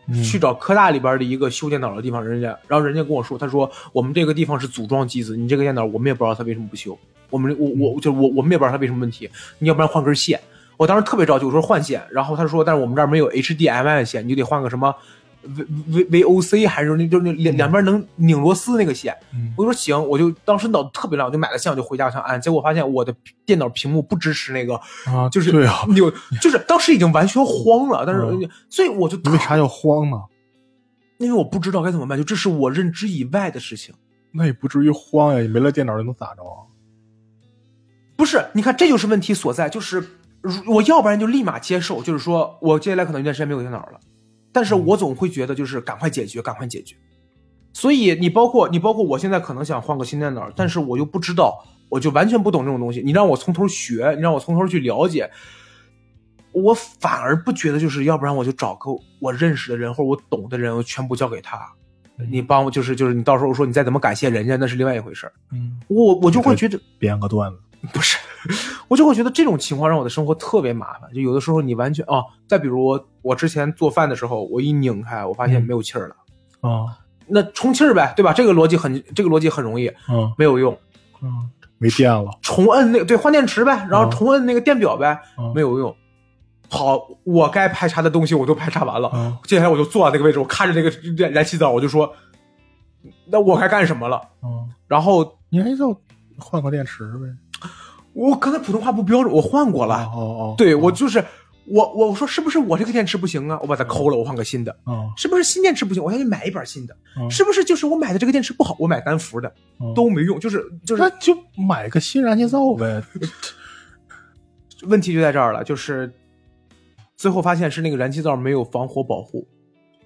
Speaker 1: 嗯
Speaker 2: 去找科大里边的一个修电脑的地方，人家，然后人家跟我说，他说我们这个地方是组装机子，你这个电脑我们也不知道它为什么不修，我们我我就我我们也不知道它为什么问题，你要不然换根线。我当时特别着急，我说换线，然后他说，但是我们这儿没有 HDMI 线，你就得换个什么 V V V O C 还是那就是那两两边能拧螺丝那个线。
Speaker 1: 嗯
Speaker 2: 我就说行，我就当时脑子特别乱，我就买了线，我就回家我想按，结果发现我的电脑屏幕不支持那个，
Speaker 1: 啊，
Speaker 2: 就是
Speaker 1: 对啊，
Speaker 2: 有就是当时已经完全慌了，但是、所以我就
Speaker 1: 你为啥要慌呢？
Speaker 2: 因为我不知道该怎么办，就这是我认知以外的事情。
Speaker 1: 那也不至于慌呀，你没了电脑又能咋着啊？
Speaker 2: 不是，你看这就是问题所在，就是如我要不然就立马接受，就是说我接下来可能一段时间没有电脑了，但是我总会觉得就是赶快解决，赶快解决。所以你包括你包括我现在可能想换个新电脑，但是我又不知道，我就完全不懂这种东西。你让我从头学，你让我从头去了解，我反而不觉得就是要不然我就找个我认识的人或者我懂的人，我全部交给他。你帮我就是就是你到时候说你再怎么感谢人家那是另外一回事儿，
Speaker 1: 嗯，
Speaker 2: 我我就会觉得
Speaker 1: 编个段子，
Speaker 2: 不是，我就会觉得这种情况让我的生活特别麻烦。就有的时候你完全哦，再比如我我之前做饭的时候，我一拧开，我发现
Speaker 1: 嗯
Speaker 2: 没有气儿了，
Speaker 1: 啊
Speaker 2: 那充气儿呗，对吧？这个逻辑很这个逻辑很容易，
Speaker 1: 嗯
Speaker 2: 没有用，
Speaker 1: 嗯，没电了，
Speaker 2: 重摁那个对换电池呗，然后
Speaker 1: 嗯
Speaker 2: 重摁那个电表呗，
Speaker 1: 嗯
Speaker 2: 没有用。好，我该排查的东西我都排查完了，
Speaker 1: 嗯
Speaker 2: 接下来我就坐在那个位置，我看着那个燃燃气灶，我就说，那我该干什么了？
Speaker 1: 嗯，
Speaker 2: 然后
Speaker 1: 你还要换个电池呗？
Speaker 2: 我刚才普通话不标准，我换过了。
Speaker 1: 哦哦，
Speaker 2: 对我就是我我我说是不是我这个电池不行啊？我把它抠了，我换个新的。
Speaker 1: 啊，
Speaker 2: 是不是新电池不行？我要去买一板新的。
Speaker 1: 嗯
Speaker 2: 是不是就是我买的这个电池不好？我买单伏的
Speaker 1: 嗯
Speaker 2: 都没用，就是就是
Speaker 1: 那就买个新燃气灶呗。
Speaker 2: 问题就在这儿了，就是最后发现是那个燃气灶没有防火保护，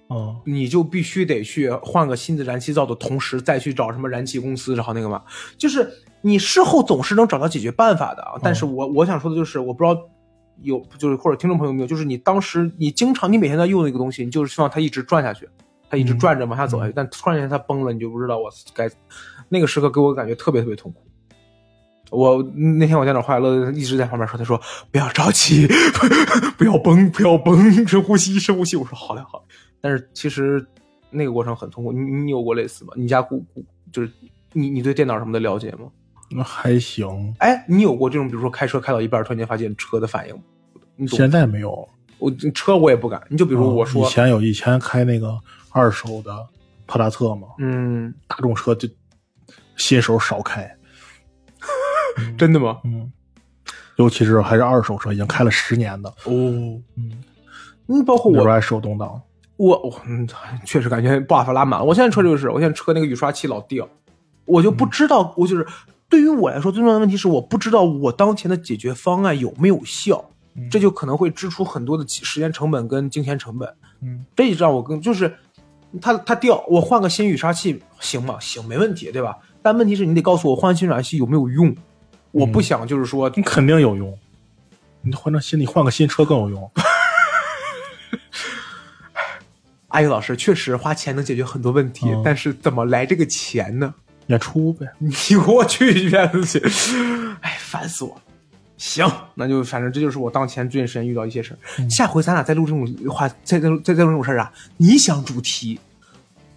Speaker 1: 嗯
Speaker 2: 你就必须得去换个新的燃气灶的同时，再去找什么燃气公司，然后那个嘛，就是你事后总是能找到解决办法的啊。但是我我想说的就是，我不知道有就是或者听众朋友有没有，就是你当时你经常你每天在用那个东西，你就是希望它一直转下去，它一
Speaker 1: 嗯
Speaker 2: 直转着往下走下去，但突然间它崩了，你就不知道我该那个时刻给我感觉特别特别痛苦。我那天我电脑坏了，一直在旁边说，他说不要着急， 不要崩，不要崩，深呼吸，深呼吸。我说好嘞好嘞。但是其实那个过程很痛苦。你你有过类似吗？你家姑姑就是你你对电脑什么的了解吗？
Speaker 1: 那还行，
Speaker 2: 哎，你有过这种比如说开车开到一半突然间发现车的反应吗？你懂？
Speaker 1: 现在没有。
Speaker 2: 我车我也不敢。你就比
Speaker 1: 比
Speaker 2: 如我说
Speaker 1: 以，前有，以前开那个二手的帕萨特嘛，
Speaker 2: 嗯，
Speaker 1: 大众车就新手少开，
Speaker 2: 真的吗？
Speaker 1: 嗯，尤其是还是二手车，已经开了十年的，
Speaker 2: 哦，
Speaker 1: 嗯，
Speaker 2: 嗯，包括
Speaker 1: 那时候
Speaker 2: 我
Speaker 1: 还手动挡，
Speaker 2: 我我、嗯确实感觉爆发拉满了。我现在车就是，我现在车那个雨刷器老掉，我就
Speaker 1: 嗯
Speaker 2: 不知道，我就是对于我来说最重要的问题是，我不知道我当前的解决方案有没有效，
Speaker 1: 嗯
Speaker 2: 这就可能会支出很多的时间成本跟金钱成本。
Speaker 1: 嗯
Speaker 2: 这让我更就是它它掉，我换个新雨刷器行吗？行，没问题，对吧？但问题是你得告诉我换新雨刷器有没有用，我
Speaker 1: 嗯
Speaker 2: 不想就是说，
Speaker 1: 你肯定有用。你换成新，你换个新车更有用。
Speaker 2: 阿哎姨老师确实花钱能解决很多问题，
Speaker 1: 嗯
Speaker 2: 但是怎么来这个钱呢？
Speaker 1: 演出呗，
Speaker 2: 你给我去院子去！ 哎，烦死我了。行，那就反正这就是我当前最近时间遇到一些事儿。下回咱俩再录这种话，再再录再再录这种事儿啊！你想主题，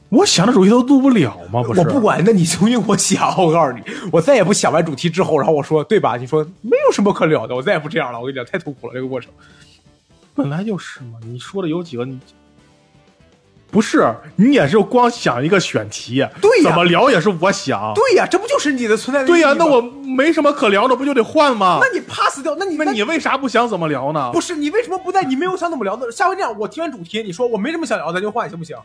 Speaker 1: 我想的主题都录不了吗？不是，
Speaker 2: 我不管，那你重新给我想。我告诉你，我再也不想完主题之后，然后我说对吧？你说没有什么可聊的，我再也不这样了。我跟你讲，太痛苦了这个过程。
Speaker 1: 本来就是嘛。你说的有几个，你不是你也是光想一个选题，
Speaker 2: 对呀
Speaker 1: 怎么聊也是我想，
Speaker 2: 对呀、这不就是你的存在的
Speaker 1: 对呀、
Speaker 2: 意义吗
Speaker 1: 那我没什么可聊的，不就得换吗
Speaker 2: 那？你 pass 掉，那你
Speaker 1: 那你为啥不想怎么聊呢？
Speaker 2: 不是你为什么不在？你没有想怎么聊的？下回这样，我提完主题，你说我没什么想聊，咱就换，行不
Speaker 1: 啊
Speaker 2: 行？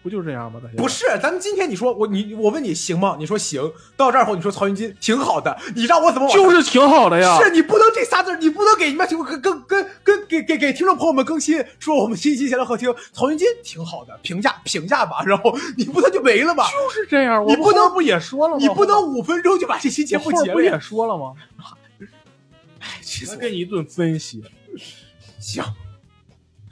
Speaker 1: 不就这样吗？大家
Speaker 2: 不是，咱们今天你说我你我问你行吗？你说行，到这儿后你说曹云金挺好的，你让我怎么往上
Speaker 1: 就是挺好的呀。
Speaker 2: 是你不能这仨字儿，你不能给你们听跟跟跟跟给给给听众朋友们更新，说我们新一期闲聊客厅曹云金挺好的，评价评价吧，然后你不能就没了吧？
Speaker 1: 就是这样，
Speaker 2: 你
Speaker 1: 我
Speaker 2: 不能
Speaker 1: 后面不也说了吗？
Speaker 2: 你不能五分钟就把这期节
Speaker 1: 我
Speaker 2: 目
Speaker 1: 后面
Speaker 2: 结
Speaker 1: 不
Speaker 2: 了呀
Speaker 1: 也？说了吗？
Speaker 2: 哎气
Speaker 1: 他
Speaker 2: 死我了
Speaker 1: 给你一顿分析，
Speaker 2: 行，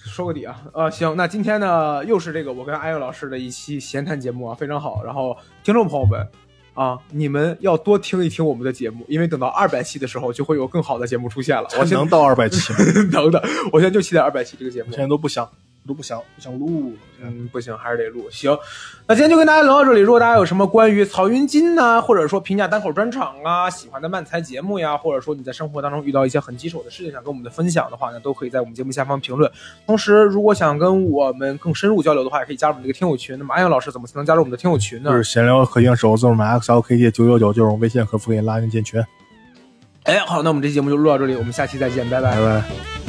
Speaker 2: 说个底啊，呃，行，那今天呢又是这个我跟艾瑞老师的一期闲谈节目啊，非常好。然后听众朋友们啊，你们要多听一听我们的节目，因为等到二百期的时候就会有更好的节目出现了。我现
Speaker 1: 能到二百七吗？
Speaker 2: 等等，我现在就期待二百期这个节目
Speaker 1: 我现。在都不想，都不想不想录了。现在
Speaker 2: 嗯，不行，还是得录。行，那今天就跟大家聊到这里。如果大家有什么关于曹云金呐、或者说评价单口专场啊，喜欢的漫才节目呀，或者说你在生活当中遇到一些很棘手的事情，想跟我们的分享的话呢，都可以在我们节目下方评论。同时，如果想跟我们更深入交流的话，也可以加入我们这个听友群。那么，安阳老师怎么才能加入我们的听友群呢
Speaker 1: 就？是闲聊可听手字母 X L K T 九九九，就是我微信客服给你拉进进群。
Speaker 2: 哎，好，那我们这期节目就录到这里，我们下期再见，拜拜
Speaker 1: 拜。拜。